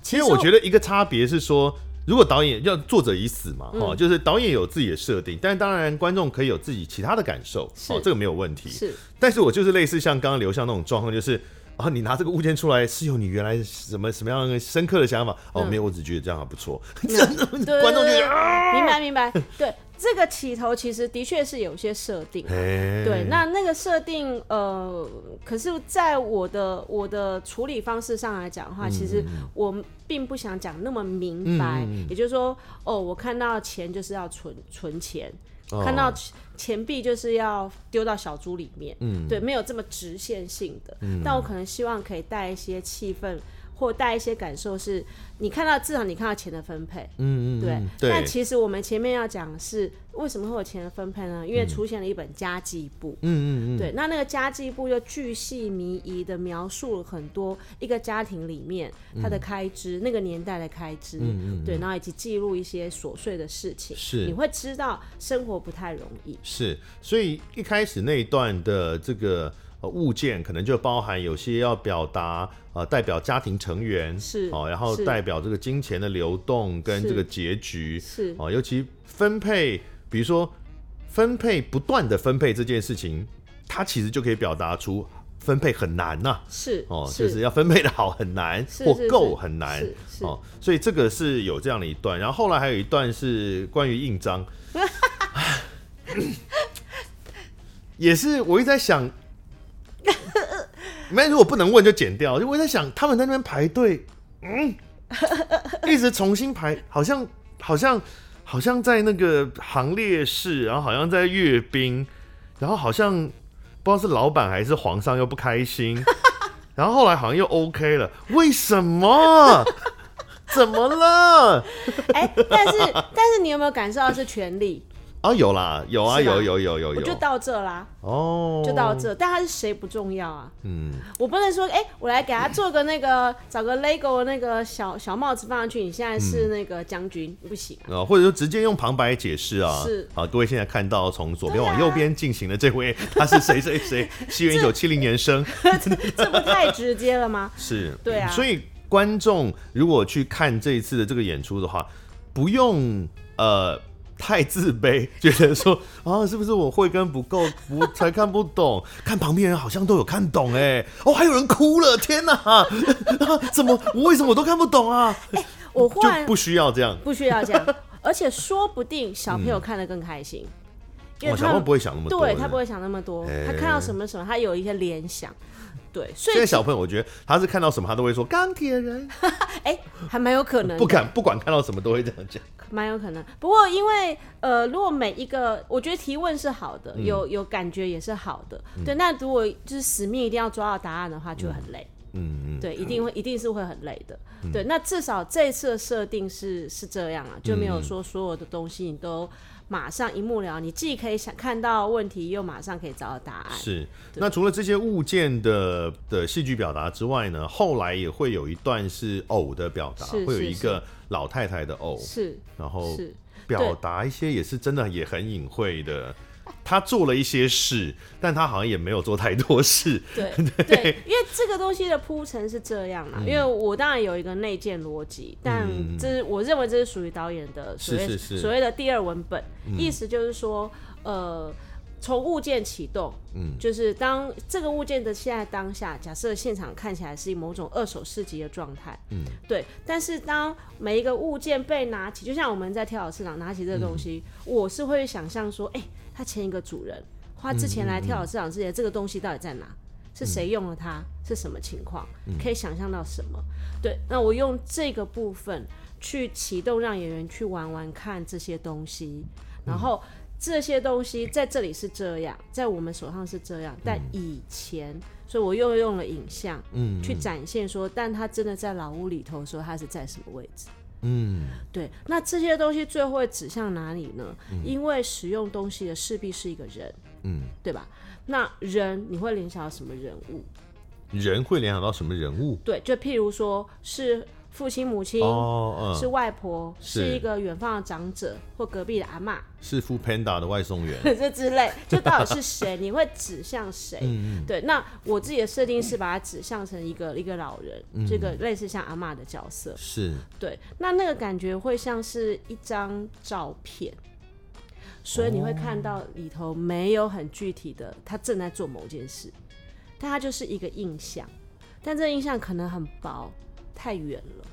S2: 其
S1: 因为
S2: 实
S1: 我觉得一个差别是说，如果导演要作者已死嘛，
S2: 嗯
S1: 哦，就是导演有自己的设定，但当然观众可以有自己其他的感受，
S2: 是
S1: 哦，这个没有问题。
S2: 是
S1: 但是我就是类似像刚刚刘向那种状况，就是啊，你拿这个物件出来是有你原来什么什么样的深刻的想法，哦，
S2: 嗯
S1: 没有，我只觉得这样还不
S2: (laughs)
S1: 错，
S2: 对对
S1: 观众就
S2: 对
S1: 觉
S2: 对
S1: 得啊，
S2: 明白明白，对这个起头其实的确是有些设定啊，
S1: 哎
S2: 对，那那个设定，呃，可是在我的我的处理方式上来讲的
S1: 嗯
S2: 话，其实我并不想讲那么明白，
S1: 嗯
S2: 也就是说，哦，我看到钱就是要存存钱，
S1: 哦
S2: 看到钱钱币就是要丢到小猪里面，
S1: 嗯
S2: 对，没有这么直线性的，但我可能希望可以带一些气氛。或带一些感受是，你看到至少你看到钱的分配，
S1: 嗯嗯，
S2: 对
S1: 嗯，
S2: 但
S1: 对，
S2: 其实我们前面要讲的是为什么会有钱的分配呢？因为出现了一本家计簿，
S1: 嗯嗯嗯，
S2: 对，那那个家计簿就巨细靡遗的描述了很多一个家庭里面它的开支，那个年代的开
S1: 嗯
S2: 支，对，然后以及记录一些琐碎的事情，
S1: 是
S2: 你会知道生活不太容易，
S1: 是，所以一开始那一段的这个。呃物件可能就包含有些要表达，呃，代表家庭成员
S2: 是
S1: 哦，然后
S2: 是
S1: 代表这个金钱的流动跟
S2: 是
S1: 这个结局
S2: 是
S1: 哦，尤其分配，比如说分配不断的分配这件事情，它其实就可以表达出分配很难呐、
S2: 是
S1: 哦，就是是要分配的好很难，
S2: 是
S1: 或
S2: 是是
S1: 够很难
S2: 是是
S1: 哦，所以这个是有这样的一段，然后后来还有一段是关于印章，也是我一直在想，没如果不能问就剪掉，就我一直在想他们在那边排队，嗯，一直重新排，好像好像好像在那个行列式，然后好像在阅兵，然后好像不知道是老板还是皇上又不开心，然后后来好像又 OK 了，为什
S2: (laughs)
S1: 么？怎么了？
S2: 哎、但是 (laughs) 但是你有没有感受到是权力？
S1: 啊，有啦，有啊，
S2: 是吧
S1: 有有有有
S2: 我就
S1: 有，
S2: 到这啦，
S1: 哦，
S2: 就到，这。但他是谁不重要啊，
S1: 嗯，
S2: 我不能说，哎、我来给他做个那个，找个 LEGO 那个小小帽子放上去，你现在
S1: 嗯
S2: 是那个将军，不行啊。
S1: 啊，或者说直接用旁白解释啊。
S2: 是
S1: 好，各位现在看到从左边
S2: 对啊
S1: 往右边进行的这位，他是谁谁
S2: (laughs)
S1: 谁？西元一九七零年生，
S2: 这不太直接了吗？
S1: 是，
S2: 对啊
S1: 所以观众如果去看这一次的这个演出的话，不用呃。太自卑， (laughs) 觉得说啊，是不是我慧根不够，不才看不懂？看旁边人好像都有看懂哎、哦，还有人哭了，天哪！ (laughs) 啊怎么我为什么我都看不懂啊？
S2: 我忽
S1: 就
S2: 然
S1: 不需要这样，
S2: 不需要
S1: (laughs)
S2: 这样，而且说不定小朋友看得更开心，
S1: 我
S2: 因
S1: 嗯
S2: 为
S1: 哦小
S2: 他
S1: 朋友
S2: 们
S1: 不会想那么多。
S2: 对他不会想那么多，
S1: 哎
S2: 他看到什么什么，他有一些联想。对，所
S1: 现在
S2: 以
S1: 小朋友，我觉得他是看到什么他都会说钢铁人，
S2: 哎、还蛮有可能的，
S1: 不敢不管看到什么都会这样讲。
S2: 蛮有可能。不过因为呃，如果每一个，我觉得提问是好
S1: 嗯
S2: 的，有有感觉也是好的。对，那如果就是使命一定要抓到答案的话，就会很累。
S1: 嗯嗯，
S2: 对，一定会，一定是会很累的。对，那至少这一次的设定是是这样啊，就没有说所有的东西你都马上一目了，你既可以想看到问题，又马上可以找到答案。
S1: 是。那除了这些物件的的戏剧表达之外呢，后来也会有一段是偶的表达，
S2: 是
S1: 会有
S2: 是
S1: 一个老太太的偶，
S2: 是
S1: 然后
S2: 是，
S1: 表达一些也是真的也很隐晦的。她做了一些事，但她好像也没有做太多事。
S2: 对对，因为这个东西的铺陈是这样啦。因为我当然有一个内建逻辑，但这是我认为这是属于导演的所谓
S1: 是是是
S2: 所谓的第二文本，意思就是说，呃。从物件启动，嗯，就是当这个物件的现在当下，假设现场看起来是某种二手市集的状态，嗯，对。但是当每一个物件被拿起，就像我们在跳蚤市场拿起这个东西，我是会想象说，哎、它前一个主人花之前来跳蚤市场之前，这个东西到底在哪？是谁用了它？是什么情况？可以想象到什么？对，那我用这个部分去启动，让演员去玩玩看这些东西，然后这些东西在这里是这样，在我们手上是这样，但以前，所以我又用了影像，嗯，去展现说，但他真的在老屋里头的时候，他是在什么位置？嗯，对，那这些东西最后会指向哪里呢？因为使用东西的势必是一个人，
S1: 嗯，
S2: 对吧？那人你会联想到什么人物？
S1: 人会联想到什么人物？
S2: 对，就譬如说是父亲、母亲，
S1: 哦，
S2: 是
S1: 嗯，
S2: 外婆，
S1: 是
S2: 是一个远方的长者或隔壁的阿嬷，
S1: 是 f o o Panda 的外送员。
S2: 这之类，就到底是谁？ (laughs) 你会指向谁？对，那我自己的设定是把它指向成一个一个老人，这个类似像阿嬷的角色。
S1: 是，
S2: 对，那那个感觉会像是一张照片。所以你会看到里头没有很具体的，他正在做某件事，但他就是一个印象，但这个印象可能很薄，太远了，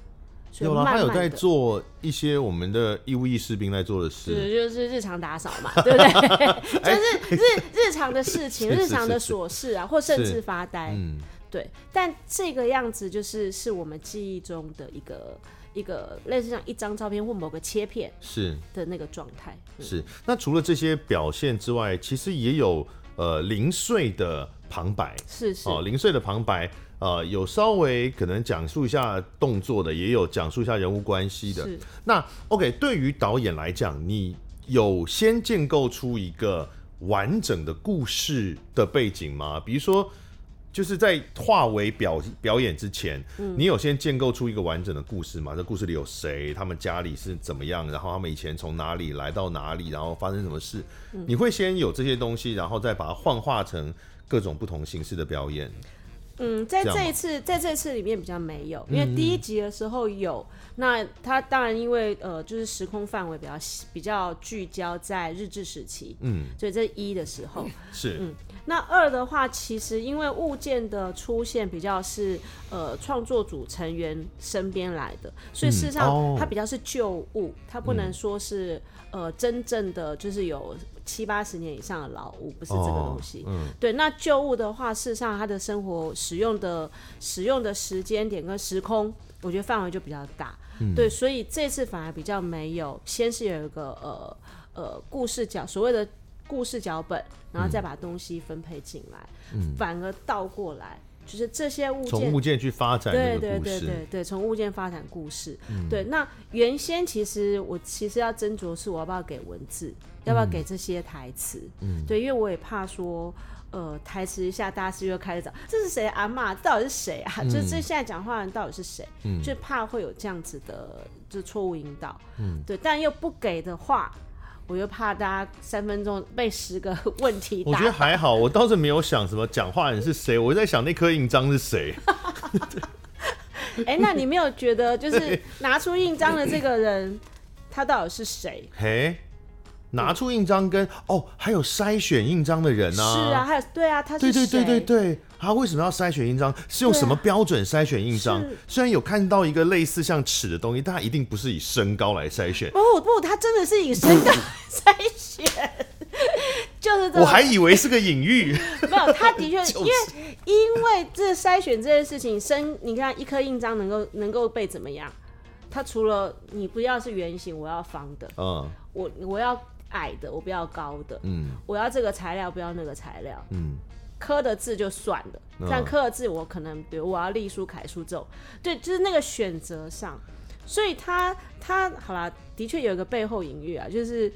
S2: 所以
S1: 有
S2: 慢
S1: 啦，
S2: 慢
S1: 他
S2: 的
S1: 有在做一些我们的义务役士兵在做的事，
S2: 是，就是日常打扫嘛，对 (laughs) 不对？就是日日常的事情、
S1: 哎 (laughs) 是是
S2: 日常的
S1: 是是
S2: 琐事啊，或甚至发呆，
S1: 嗯，
S2: 对。但这个样子就是是我们记忆中的一个一个类似像一张照片或某个切片
S1: 是
S2: 的那个状态。嗯
S1: 是。那除了这些表现之外，其实也有呃零碎的旁白
S2: 是是
S1: 哦，零碎的旁白，呃，有稍微可能讲述一下动作的，也有讲述一下人物关系的。
S2: 是，
S1: 那 OK，对于导演来讲，你有先建构出一个完整的故事的背景吗？比如说，就是在化为表表演之前，
S2: 嗯
S1: 你有先建构出一个完整的故事吗？这故事里有谁？他们家里是怎么样？然后他们以前从哪里来到哪里？然后发生什么事？
S2: 嗯
S1: 你会先有这些东西，然后再把它幻化成各种不同形式的表演。
S2: 嗯，在
S1: 这样
S2: 这
S1: 吗嗯
S2: 一次，在这次里面比较没有，因为第一集的时候有，那它当然因为呃，就是时空范围比较细比较聚焦在日治时期，
S1: 嗯，
S2: 所以这是一的时候，
S1: 是，
S2: 那二的话，其实因为物件的出现比较是呃创作组成员身边来的，所以事实
S1: 嗯哦嗯
S2: 上它比较是旧物，它不能说是呃真正的就是有七八十年以上的老屋，不是这个东西。
S1: 哦嗯
S2: 对，那旧物的话，事实上它的生活使用的使用的时间点跟时空，我觉得范围就比较大。对，所以这次反而比较没有，先是有一个呃呃故事脚所谓的故事脚本，然后再把东西分配进来，反而倒过来，就是这些物
S1: 从
S2: 件
S1: 物件去发展
S2: 对
S1: 那个
S2: 对
S1: 故
S2: 对
S1: 事，嗯
S2: 对对，从物件发展故事。对，那原先其实我其实要斟酌是我要不要给文字，
S1: 嗯
S2: 要不要给这些台词。对，因为我也怕说。呃，台词一下，大家是不是又开始找这是谁阿嬷，这到底是谁啊？就
S1: 嗯
S2: 这现在讲话人到底是谁？就怕会有这样子的就错误引导。
S1: 嗯
S2: 对，但又不给的话，我又怕大家三分钟被十个 (laughs) 问题
S1: 我
S2: 打
S1: 觉得还好，我倒是没有想什么讲话人是谁，我在想那颗印章是
S2: (laughs)
S1: 谁。
S2: 哎、那你没有觉
S1: (laughs)
S2: 得就是拿出印章的这个人，他到底是谁？
S1: 嘿，拿出印章跟哦，还有筛选印章的人
S2: 是
S1: 啊，
S2: 啊，，还有对啊，他
S1: 对
S2: 是
S1: 对对对
S2: 谁
S1: 对，他为什么要筛选印章？是用
S2: 对啊
S1: 什么标准筛选印章？
S2: 是
S1: 虽然有看到一个类似像尺的东西，但他一定不是以身高来筛
S2: (laughs)
S1: 选。
S2: 不不，他真的是以身高筛选， (laughs) 就是这
S1: 我还
S2: 个
S1: 以为是个隐
S2: (laughs)
S1: 喻，
S2: 没有，他的确、
S1: (laughs) 就是
S2: 因为因为这筛选这件事情，身你看一颗印章能够能够被怎么样？他除了你不要是圆形，我要方的，
S1: 嗯，
S2: 我我要矮的，我不要高的，嗯，我要这个材料，不要那个材料，
S1: 嗯，
S2: 刻的字就算了，
S1: 嗯
S2: 但刻的字我可能，比如我要隶书、楷书这种，对，就是那个选择上，所以他他好啦，的确有一个背后隐喻啊，就是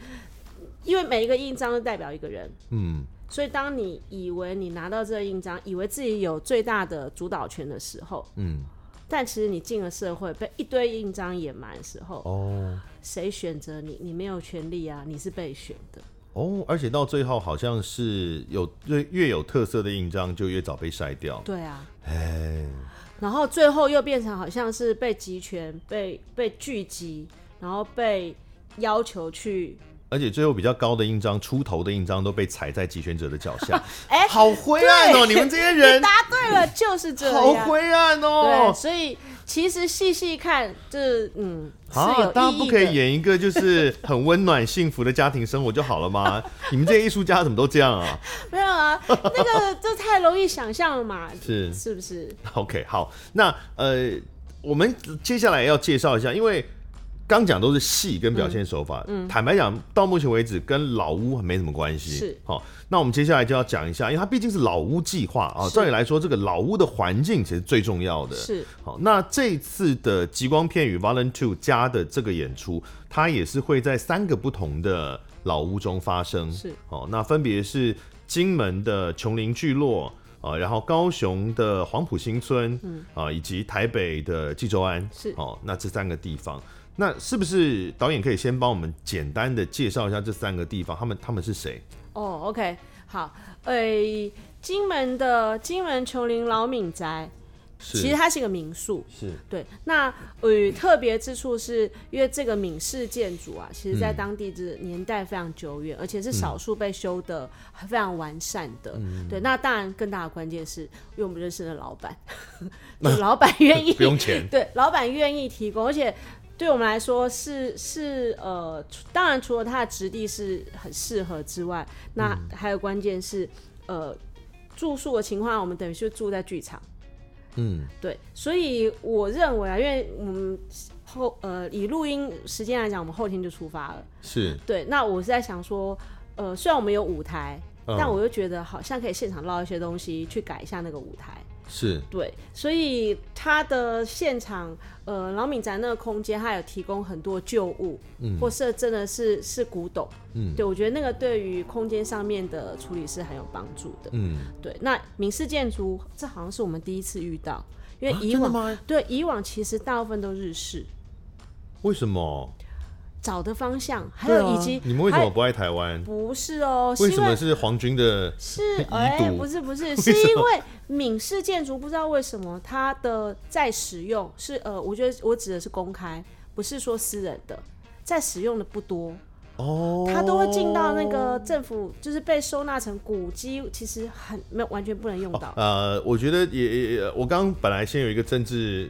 S2: 因为每一个印章都代表一个人，
S1: 嗯，
S2: 所以当你以为你拿到这个印章，以为自己有最大的主导权的时候，
S1: 嗯，
S2: 但其实你进了社会，被一堆印章掩埋的时候，
S1: 哦
S2: 谁选择你？你没有权利啊，你是被选的。
S1: 哦，而且到最后好像是有越越有特色的印章就越早被筛掉。
S2: 对啊，
S1: 哎，
S2: 然后最后又变成好像是被集权、被被聚集，然后被要求去，
S1: 而且最后比较高的印章、出头的印章都被踩在集权者的脚下，
S2: (laughs) 哎、
S1: 好灰暗哦！你们这些人
S2: 答对了，就是这
S1: 好
S2: 样。
S1: 灰暗
S2: 对，
S1: 哦！
S2: 所以其实细细看，就是嗯，是
S1: 啊，
S2: 有
S1: 大家
S2: 意
S1: 不
S2: 义
S1: 可以
S2: 的。
S1: 演一个就是很温暖、幸福的家庭生活就好了吗？你们这些艺术家怎么都这样啊？
S2: 没有啊，那个这太容易想象了嘛，
S1: 是
S2: 是不是？
S1: (laughs) OK，好，那呃，我们接下来要介绍一下，因为刚讲都是戏跟表
S2: 嗯
S1: 现手法，坦白讲，到目前为止跟老屋没什么关系。
S2: 是
S1: 好、那我们接下来就要讲一下，因为它毕竟是老屋计划啊，
S2: 是
S1: 照理来说，这个老屋的环境其实最重要的。
S2: 是
S1: 好，那这次的极光片与 Volume Two 加的这个演出，它也是会在三个不同的老屋中发生。
S2: 是，
S1: 哦，那分别是金门的琼林聚落。啊，然后高雄的黄埔新村，嗯，啊，以及台北的济州湾，
S2: 是
S1: 哦，那这三个地方，那是不是导演可以先帮我们简单的介绍一下这三个地方，他们他们是谁？
S2: 哦，OK，好，诶、金门的金门琼林老闽宅，
S1: 是
S2: 其实它是一个民宿，
S1: 是
S2: 对，那呃特别之处是因为这个闽式建筑啊，其
S1: 嗯
S2: 实在当地是年代非常久远，而且是少数被修的非常完善的。
S1: 嗯
S2: 对，那当然更大的关键是因为我们认识的老
S1: (laughs)
S2: 板，就老板愿意，
S1: 呃不用钱
S2: 对，老板愿意提供，而且对我们来说是是呃，除当然除了它的质地是很适合之外，那
S1: 嗯
S2: 还有关键是呃住宿的情况，我们等于是住在剧场。
S1: 嗯，
S2: 对，所以我认为啊，因为我们后呃以录音时间来讲，我们后天就出发了。
S1: 是
S2: 对，那我是在想说，呃，虽然我们有舞台，
S1: 嗯
S2: (laughs) 但我又觉得好像可以现场捞一些东西去改一下那个舞台。
S1: 嗯是
S2: 对，所以它的现场，呃，老敏展那个空间，它有提供很多旧物，嗯，或是真的是是古董，嗯，对我觉得那个对于空间上面的处理是很有帮助的，
S1: 嗯，
S2: 对。那明式建筑，这好像是我们第一次遇到，因为
S1: 啊
S2: 以
S1: 真的
S2: 往、
S1: 吗
S2: 对以往其实大部分都日式，
S1: 为什么？
S2: 找的方向，还
S1: 对
S2: 有
S1: 啊
S2: 以及、
S1: 你们为什
S2: 还
S1: 么不爱台湾？
S2: 不是哦？
S1: (laughs)
S2: 是
S1: 为
S2: 因
S1: 什么是皇军的？
S2: 是
S1: (laughs) 遗毒
S2: 哎、不是
S1: (laughs)
S2: 不是，是
S1: 什么
S2: 因为闽式建筑不知道为什么它的在使用是呃，我觉得我指的是公开，不是说私人的，在使用的不多，
S1: 哦，
S2: 它都会进到那个政府，就是被收纳成古迹，其实很没有完全不能用到。
S1: 呃，我觉得也，也我刚刚本来先有一个政 (laughs)
S2: (laughs)
S1: 治，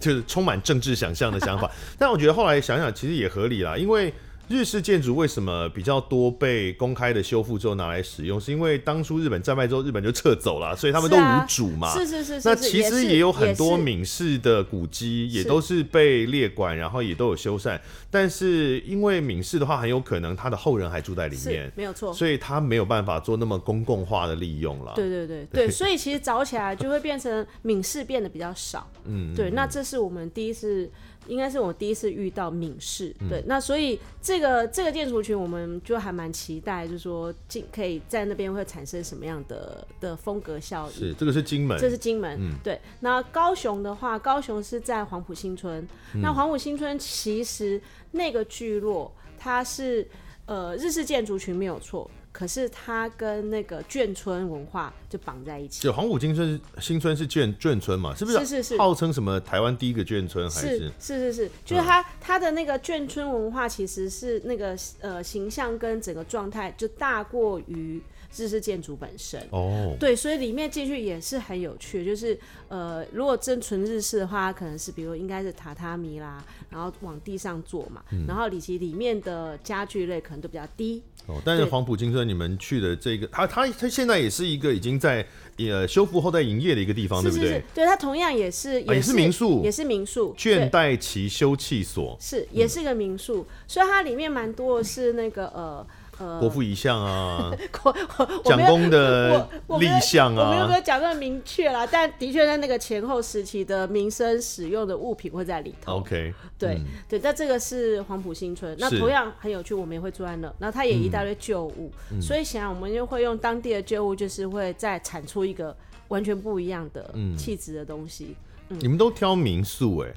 S1: 就是充满政治想象的想法，但我觉得后来想想其实也合理啦，因为日式建筑为什么比较多被公开的修复之后拿来使用？是因为当初日本战败之后，日本就撤走
S2: (laughs)
S1: 了，所以他们都
S2: 是啊
S1: 无主嘛。
S2: 是是是是，
S1: 那
S2: 是
S1: 其实
S2: 是
S1: 也有很多
S2: 是
S1: 闽式的古迹，也
S2: 是
S1: 都是被列管，然后也都有修缮。但是因为闽式的话，很有可能他的后人还住在里面
S2: 是，没有错。
S1: 所以他没有办法做那么公共化的利用了。
S2: 对对对对，所以其实早起来就会变成 (laughs) 闽式变得比较少，嗯，对，那这是我们第一次，应该是我第一次遇到闽式，对，那所以这个这个建筑群我们就还蛮期待，就是说进可以在那边会产生什么样的的风格效应。
S1: 是这个是金门，
S2: 这是金门，
S1: 嗯
S2: 对。那高雄的话，高雄是在黄埔新村。
S1: 嗯
S2: 那黄埔新村其实那个聚落，它是呃日式建筑群没有错，可是它跟那个眷村文化就绑在一起。
S1: 就黄埔新村新村是眷眷村嘛？是不
S2: 是是是
S1: 号称什么台湾第一嗯个眷村还
S2: 是
S1: 是？
S2: 是是是，就是它它的那个眷村文化其实是那个呃形象跟整个状态就大过于日式建筑本身。
S1: 哦，
S2: 对，所以里面进去也是很有趣，就是呃，如果真纯日式的话，它可能是比如应该是榻榻米啦，然后往地上坐嘛，
S1: 嗯
S2: 然后以及里面的家具类可能都比较低，
S1: 哦，但是
S2: 对
S1: 黄埔金村你们去的这个，它它它现在也是一个已经在呃修复后在营业的一个地方，
S2: 是
S1: 哦对
S2: 是
S1: 不对
S2: 是？，对，它同样也是
S1: 啊也是民宿
S2: 也是民宿，
S1: 倦
S2: 对
S1: 怠期休憩所、
S2: 是也是个民宿，所以它里面蛮多的是那个呃呃，
S1: 国父遗像啊、
S2: 我我 (laughs) 我
S1: 蒋
S2: 没有
S1: 公的
S2: 我我没
S1: 立
S2: 有
S1: 像
S2: 我没有
S1: 啊
S2: 没，有讲那么明确啦，但的确在那个前后时期的民生使用的物品会在里头。
S1: OK，
S2: 对、对，那这个是黄埔新村，那
S1: 嗯是嗯
S2: 同样很有趣，我们也会住在那，那它也一大堆旧物，所以显然我们就会用当地的旧物，就是会再产出一个完全不一样的
S1: 嗯
S2: 气质的东西。
S1: 你们都挑民宿哎、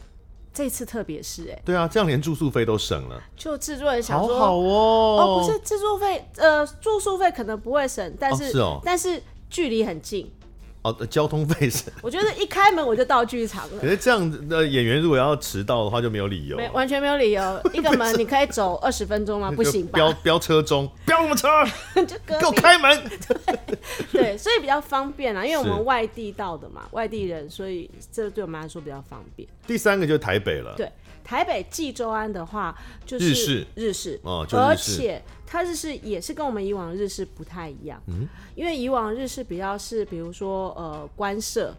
S2: 这次特别是哎、
S1: 对啊，这样连住宿费都省了，
S2: 就制作人想
S1: 好
S2: 说，
S1: 好哦。
S2: 哦，不是制作费，呃，住宿费可能不会省，但是、
S1: 是哦
S2: 但是距离很近，
S1: 哦，呃交通费省。
S2: 我觉得一开门我就到剧场了
S1: (laughs) 可。是这样子的演员如果要迟到的话就没有理由，
S2: 没完全没有理
S1: (laughs)
S2: 由，一个门你可以走二十分钟吗？不
S1: 就
S2: 行吧？
S1: 飙飙车中，飙什么车？
S2: (laughs) 就隔
S1: 给我
S2: 壁
S1: 开门！ (laughs)
S2: 对，所以比较方便啊啦，因为我
S1: 是
S2: 们外地到的嘛，外地人，所以这对我们来说比较方便。
S1: 第三个就是台北了，
S2: 对，台北济州安的话，就是
S1: 呃日式
S2: 日式
S1: 哦就
S2: 而
S1: 日式
S2: 且它日式也是跟我们以往日式不太一样，嗯，因为以往日式比较是比如说呃官舍，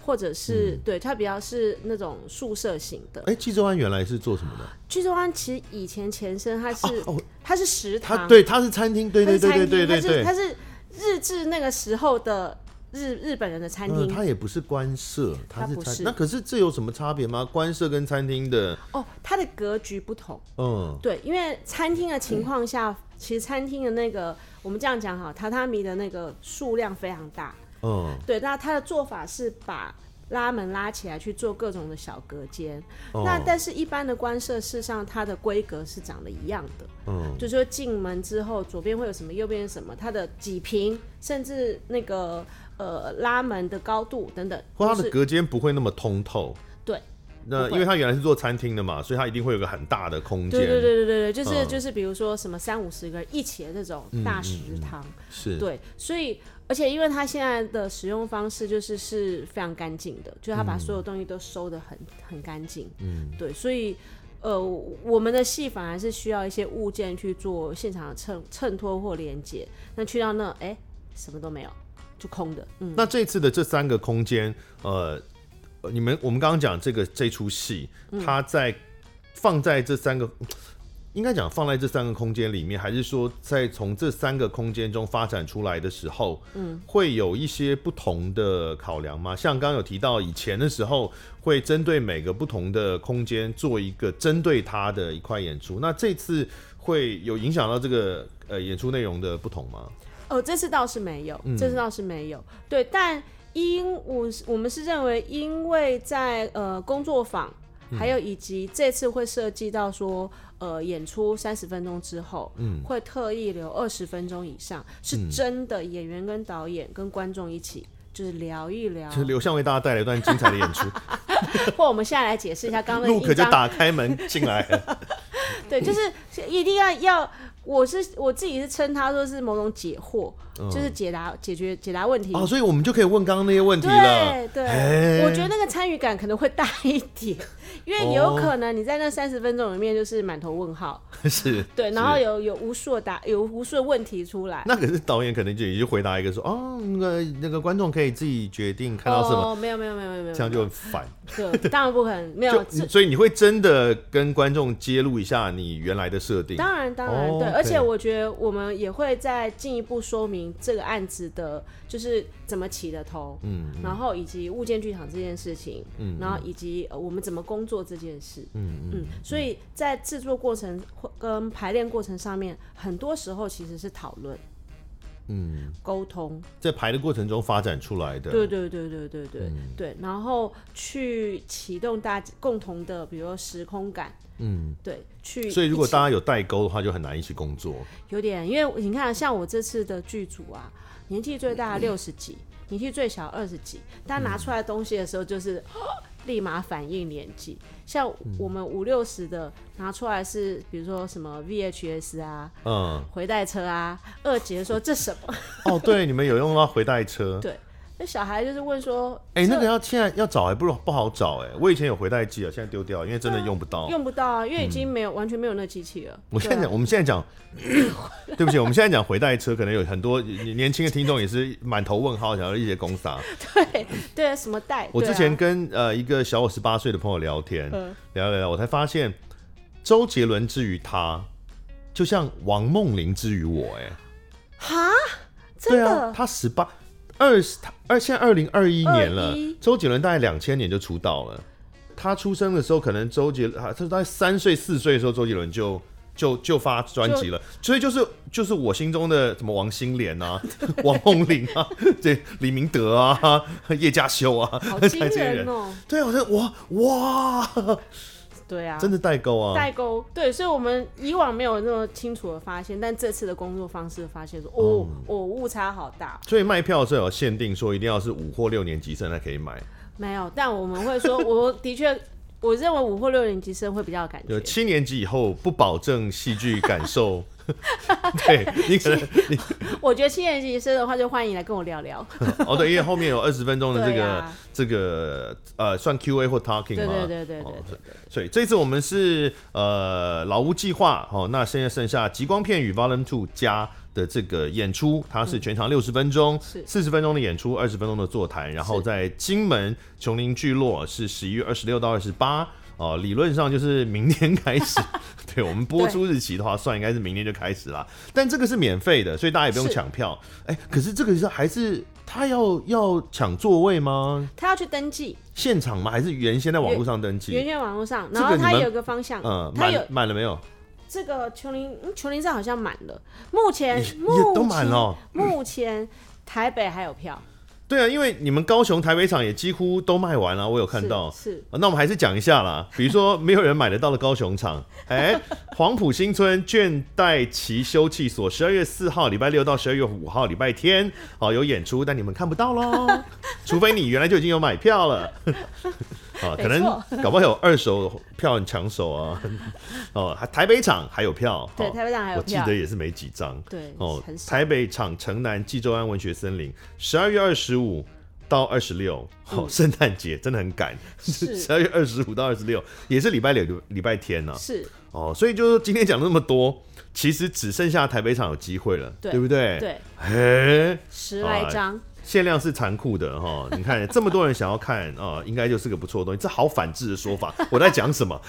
S2: 或者是、对它比较是那种宿舍型的。
S1: 嗯哎，济州湾原来是做什么的？
S2: 济州安其实以前前身它是、
S1: 哦哦
S2: 它是食堂，
S1: 它对，它是餐厅，对对
S2: 它啊是
S1: 对
S2: 餐
S1: 对
S2: 厅，
S1: 对对对。
S2: 它是它是日治那个时候的日日本人的餐
S1: 嗯，
S2: 厅。
S1: 它也不是官舍，它
S2: 它
S1: 是
S2: 不
S1: 餐。
S2: 是
S1: 那可是这有什么差别吗？官舍跟餐厅的，
S2: 哦，它的格局不同，
S1: 嗯，
S2: 对，因为餐厅的情况下，其实餐厅的那个，我们这样讲哈，榻榻米的那个数量非常大，
S1: 嗯，
S2: 对，那它的做法是把拉门拉起来去做各种的小隔间，
S1: 哦
S2: 那但是一般的官舍，事实上它的规格是长得一样的，
S1: 嗯，
S2: 就是说进门之后左边会有什么，右边有什么，它的几平，甚至那个呃拉门的高度等等，
S1: 或它
S2: 都
S1: 的
S2: 是
S1: 隔间不会那么通透。
S2: 对。
S1: 那
S2: 不会
S1: 因为它原来是做餐厅的嘛，所以它一定会有个很大的空间。
S2: 对对对对对对，就是、
S1: 嗯
S2: 就是，比如说什么三五十个人一起的这种大食堂，
S1: 是。
S2: 对，所以而且因为它现在的使用方式就是是非常干净的，就是它
S1: 嗯
S2: 把所有东西都收的很、很干净，嗯，对，所以呃，我们的戏反而是需要一些物件去做现场的衬衬托或连接，那去到那哎、什么都没有，就空的，嗯，
S1: 那这次的这三个空间，呃，呃你们我们刚刚讲这个这出戏，它在放在这三个，应该讲放在这三个空间里面，还是说在从这三个空间中发展出来的时候，嗯，会有一些不同的考量吗？像刚刚有提到以前的时候，会针对每个不同的空间做一个针对它的一块演出，那这次会有影响到这个呃演出内容的不同吗？
S2: 哦，这次倒是没有，
S1: 嗯
S2: 这次倒是没有。对，但因我是我们是认为，因为在呃工作坊，
S1: 嗯
S2: 还有以及这次会涉及到说，呃演出三十分钟之后，
S1: 嗯
S2: 会特意留二十分钟以上，是真的演员跟导演跟观众一起。就是聊一聊，
S1: 就刘向为大家带来一段精彩的演出。
S2: 或我们现在来解释一下刚刚那
S1: 陆可
S2: 一
S1: 就
S2: 张
S1: 打开
S2: (laughs)
S1: 门进来了。
S2: 对，就是是一定要要，我是我自己是称它说是某种解惑，就是解答解决解答问题
S1: 嗯哦，所以我们就可以问刚刚那些问题了。
S2: 对对，
S1: 哎
S2: 我觉得那个参与感可能会大一点， (laughs) 因为有可能你在那三十分钟里面就是满头
S1: (laughs)
S2: 问号，
S1: 哦是
S2: 对，然后
S1: 是
S2: 有有无数的答，有无数的问题出来。
S1: 那可是导演可能就也就回答一个说，哦，那个那个观众可以自己决定看到什么，
S2: 哦，没有没有没有没有没有，
S1: 这样就很烦。
S2: 就当然不可能，没有，这
S1: 就所以你会真的跟观众揭露一下你原来的设定，
S2: 当然当然、
S1: 哦
S2: 对，
S1: ，OK
S2: 而且我觉得我们也会再进一步说明这个案子的，就是怎么起的头，嗯，然后以及物件剧场这件事情，嗯，然后以及呃我们怎么工作这件事，嗯嗯，所以在制作过程或跟排练过程上面，很多时候其实是讨论。嗯，沟通，
S1: 在排的过程中发展出来的。
S2: 对啊嗯对对对对对、对，然后去启动大家共同的，比如说时空感，嗯，对，去一起。
S1: 所以如果大家有代沟的话，就很难一起工作。
S2: 有点，因为你看，啊像我这次的剧组啊，年纪最
S1: 嗯
S2: 大的六十几，年纪最小二十几，但拿出来东西的时候就是、立马反映年纪。像
S1: 嗯
S2: 我们五六十的拿出来是，比如说什么 VHS 啊、
S1: 嗯，
S2: 回带车啊，二姐说这什么？ (laughs)
S1: 哦，对，你们有用到回带车。
S2: 对，那小孩就是问说，
S1: 哎、那
S2: 这
S1: 个要现在要找还不容不好找哎、我以前有回带机啊，现在丢掉了，因为真的用不到。
S2: 用不到啊，因为已经没有、完全没有那机器了。
S1: 哦嗯我现在
S2: 对啊 (laughs)
S1: 讲，我们现在讲， (coughs) 对不起，我们现在讲回带车，可能有很多年年轻的听众也是满头问号，想要一些公啊傻。
S2: 对对什么带？
S1: 我
S2: 对
S1: 之
S2: 啊
S1: 前跟呃一个小我十八岁的朋友聊天，
S2: 嗯
S1: 聊聊聊，我才发现周杰伦之于他，就像王梦玲之于我、哎，
S2: 哈，真
S1: 对
S2: 的、
S1: 啊，他十八。二十，他二现在二零二一年了
S2: 21，
S1: 周杰伦大概两千年就出道了。他出生的时候，可能周杰，啊他他大概三岁四岁的时候，周杰伦就就就发专辑了。所以就是就是我心中的什么王心莲啊、 (laughs) 王梦玲啊、这李明德啊、叶嘉修啊， (laughs)
S2: 好惊
S1: 这些
S2: 人哦、
S1: 对啊，我在哇哇，
S2: 对啊，
S1: 真的代沟啊！
S2: 代沟，对，所以我们以往没有那么清楚的发现，但这次的工作方式发现说，哦，我、误差好大，
S1: 所以卖票的时候有限定，说一定要是五或六年级生才可以买，
S2: 没 (laughs) 有，但我们会说，我的确，我认为五或六年级生会比较有感
S1: 有
S2: 觉，
S1: 七年级以后不保证戏剧感
S2: (laughs)
S1: 受。对你可能你
S2: 我觉得七年级生的话，就欢迎来跟我聊 (laughs) 聊，
S1: 哦对，因为后面有二十分钟的这
S2: 对
S1: 个、
S2: 啊
S1: 这个呃算 Q A 或 talking
S2: 对
S1: 嘛，
S2: 对对对对
S1: 哦
S2: 对对
S1: 所以这次我们是呃老屋计划，哦，那现在剩下极光片与 Volume Two 加的这个演出，它是全长六十分钟，
S2: 是
S1: 四十分钟的演出，二十分钟的座谈，然后在金门琼林聚落是十一月二十六到二十八。哦，理论上就是明天开
S2: (laughs)
S1: 始，对我们播出日期的话，算应该是明天就开始啦。但这个是免费的，所以大家也不用
S2: 是
S1: 抢票。哎、可是这个是还是他要要抢座位吗？
S2: 他要去登记，
S1: 现场吗？还是原先在网络上登记？
S2: 原先网络上，
S1: 这
S2: 然
S1: 个
S2: 后
S1: 你
S2: 他
S1: 们
S2: 有个啊方向，
S1: 嗯，
S2: 他有
S1: 满满了没有？
S2: 这个琼林，嗯琼林站好像满了，目前
S1: 也
S2: 目
S1: 也都
S2: 前
S1: 满了哦
S2: 目前台北还有票，
S1: 对啊，因为你们高雄、台北场也几乎都卖完了，我有看
S2: 是
S1: 到。
S2: 是
S1: 啊那我们还是讲一下啦，比如说没有人买得到的高雄场，哎、黄埔新村倦怠期休憩所，十二月四号礼拜六到十二月五号礼拜天，哦有演出，但你们看不到喽，除非你原来就已经有买票了，啊，可能
S2: 没错
S1: 搞不好有二手票很抢手啊， (laughs) 哦，还台北场还有票，
S2: 对
S1: 哦
S2: 台北场还有
S1: 我记
S2: 票
S1: 得也是没几张，
S2: 对
S1: 哦
S2: 很，少
S1: 台北场城南济州安文学森林，十二月二十五到二十六，好，圣诞节真的很赶，
S2: 嗯
S1: (laughs)
S2: 是
S1: 十二月二十五到二十六，也是礼拜六、礼拜天呐、
S2: 是，
S1: 哦，所以就是今天讲那么多，其实只剩下台北场有机会了，
S2: 对
S1: 不对？，
S2: 对，
S1: 哎，
S2: 十
S1: 好
S2: 来
S1: 啊
S2: 张，
S1: 限量是残酷的哈、 (laughs) 你看这么多人想要看啊、应该就是个不错的东西。这好反制的说法， (laughs) 我在讲什么？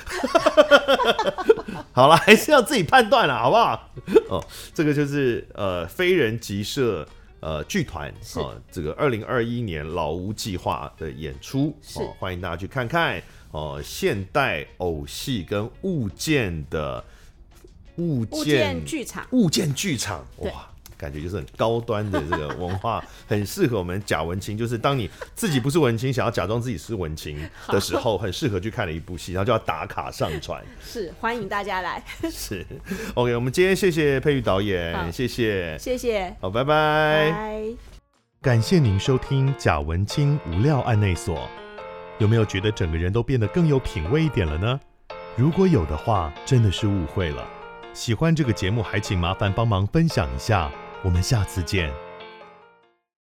S1: 好了，还是要自己判断了，好不好？哦，这个就是呃非人集社呃剧团
S2: 是
S1: 哦，这个二零二一年老屋计划的演出
S2: 是
S1: 哦，欢迎大家去看看哦，现代偶戏跟物件的物
S2: 物
S1: 件
S2: 件剧场。
S1: 物件剧场，
S2: 对
S1: 哇，感觉就是很高端的这个文化，很适合我们假文青。就是当你自己不是文青，想要假装自己是文青的时候，很适合去看的一部戏，然后就要打卡上传。
S2: 是，欢迎大家来，
S1: 是，OK，我们今天谢谢佩玉导演，
S2: 好
S1: 谢谢，
S2: 谢谢，
S1: 好，拜拜。
S2: 拜。
S1: 感谢您收听贾文清无料案内所。有没有觉得整个人都变得更有品味一点了呢？如果有的话，真的是误会了。喜欢这个节目，还请麻烦帮忙分享一下。我们下次见。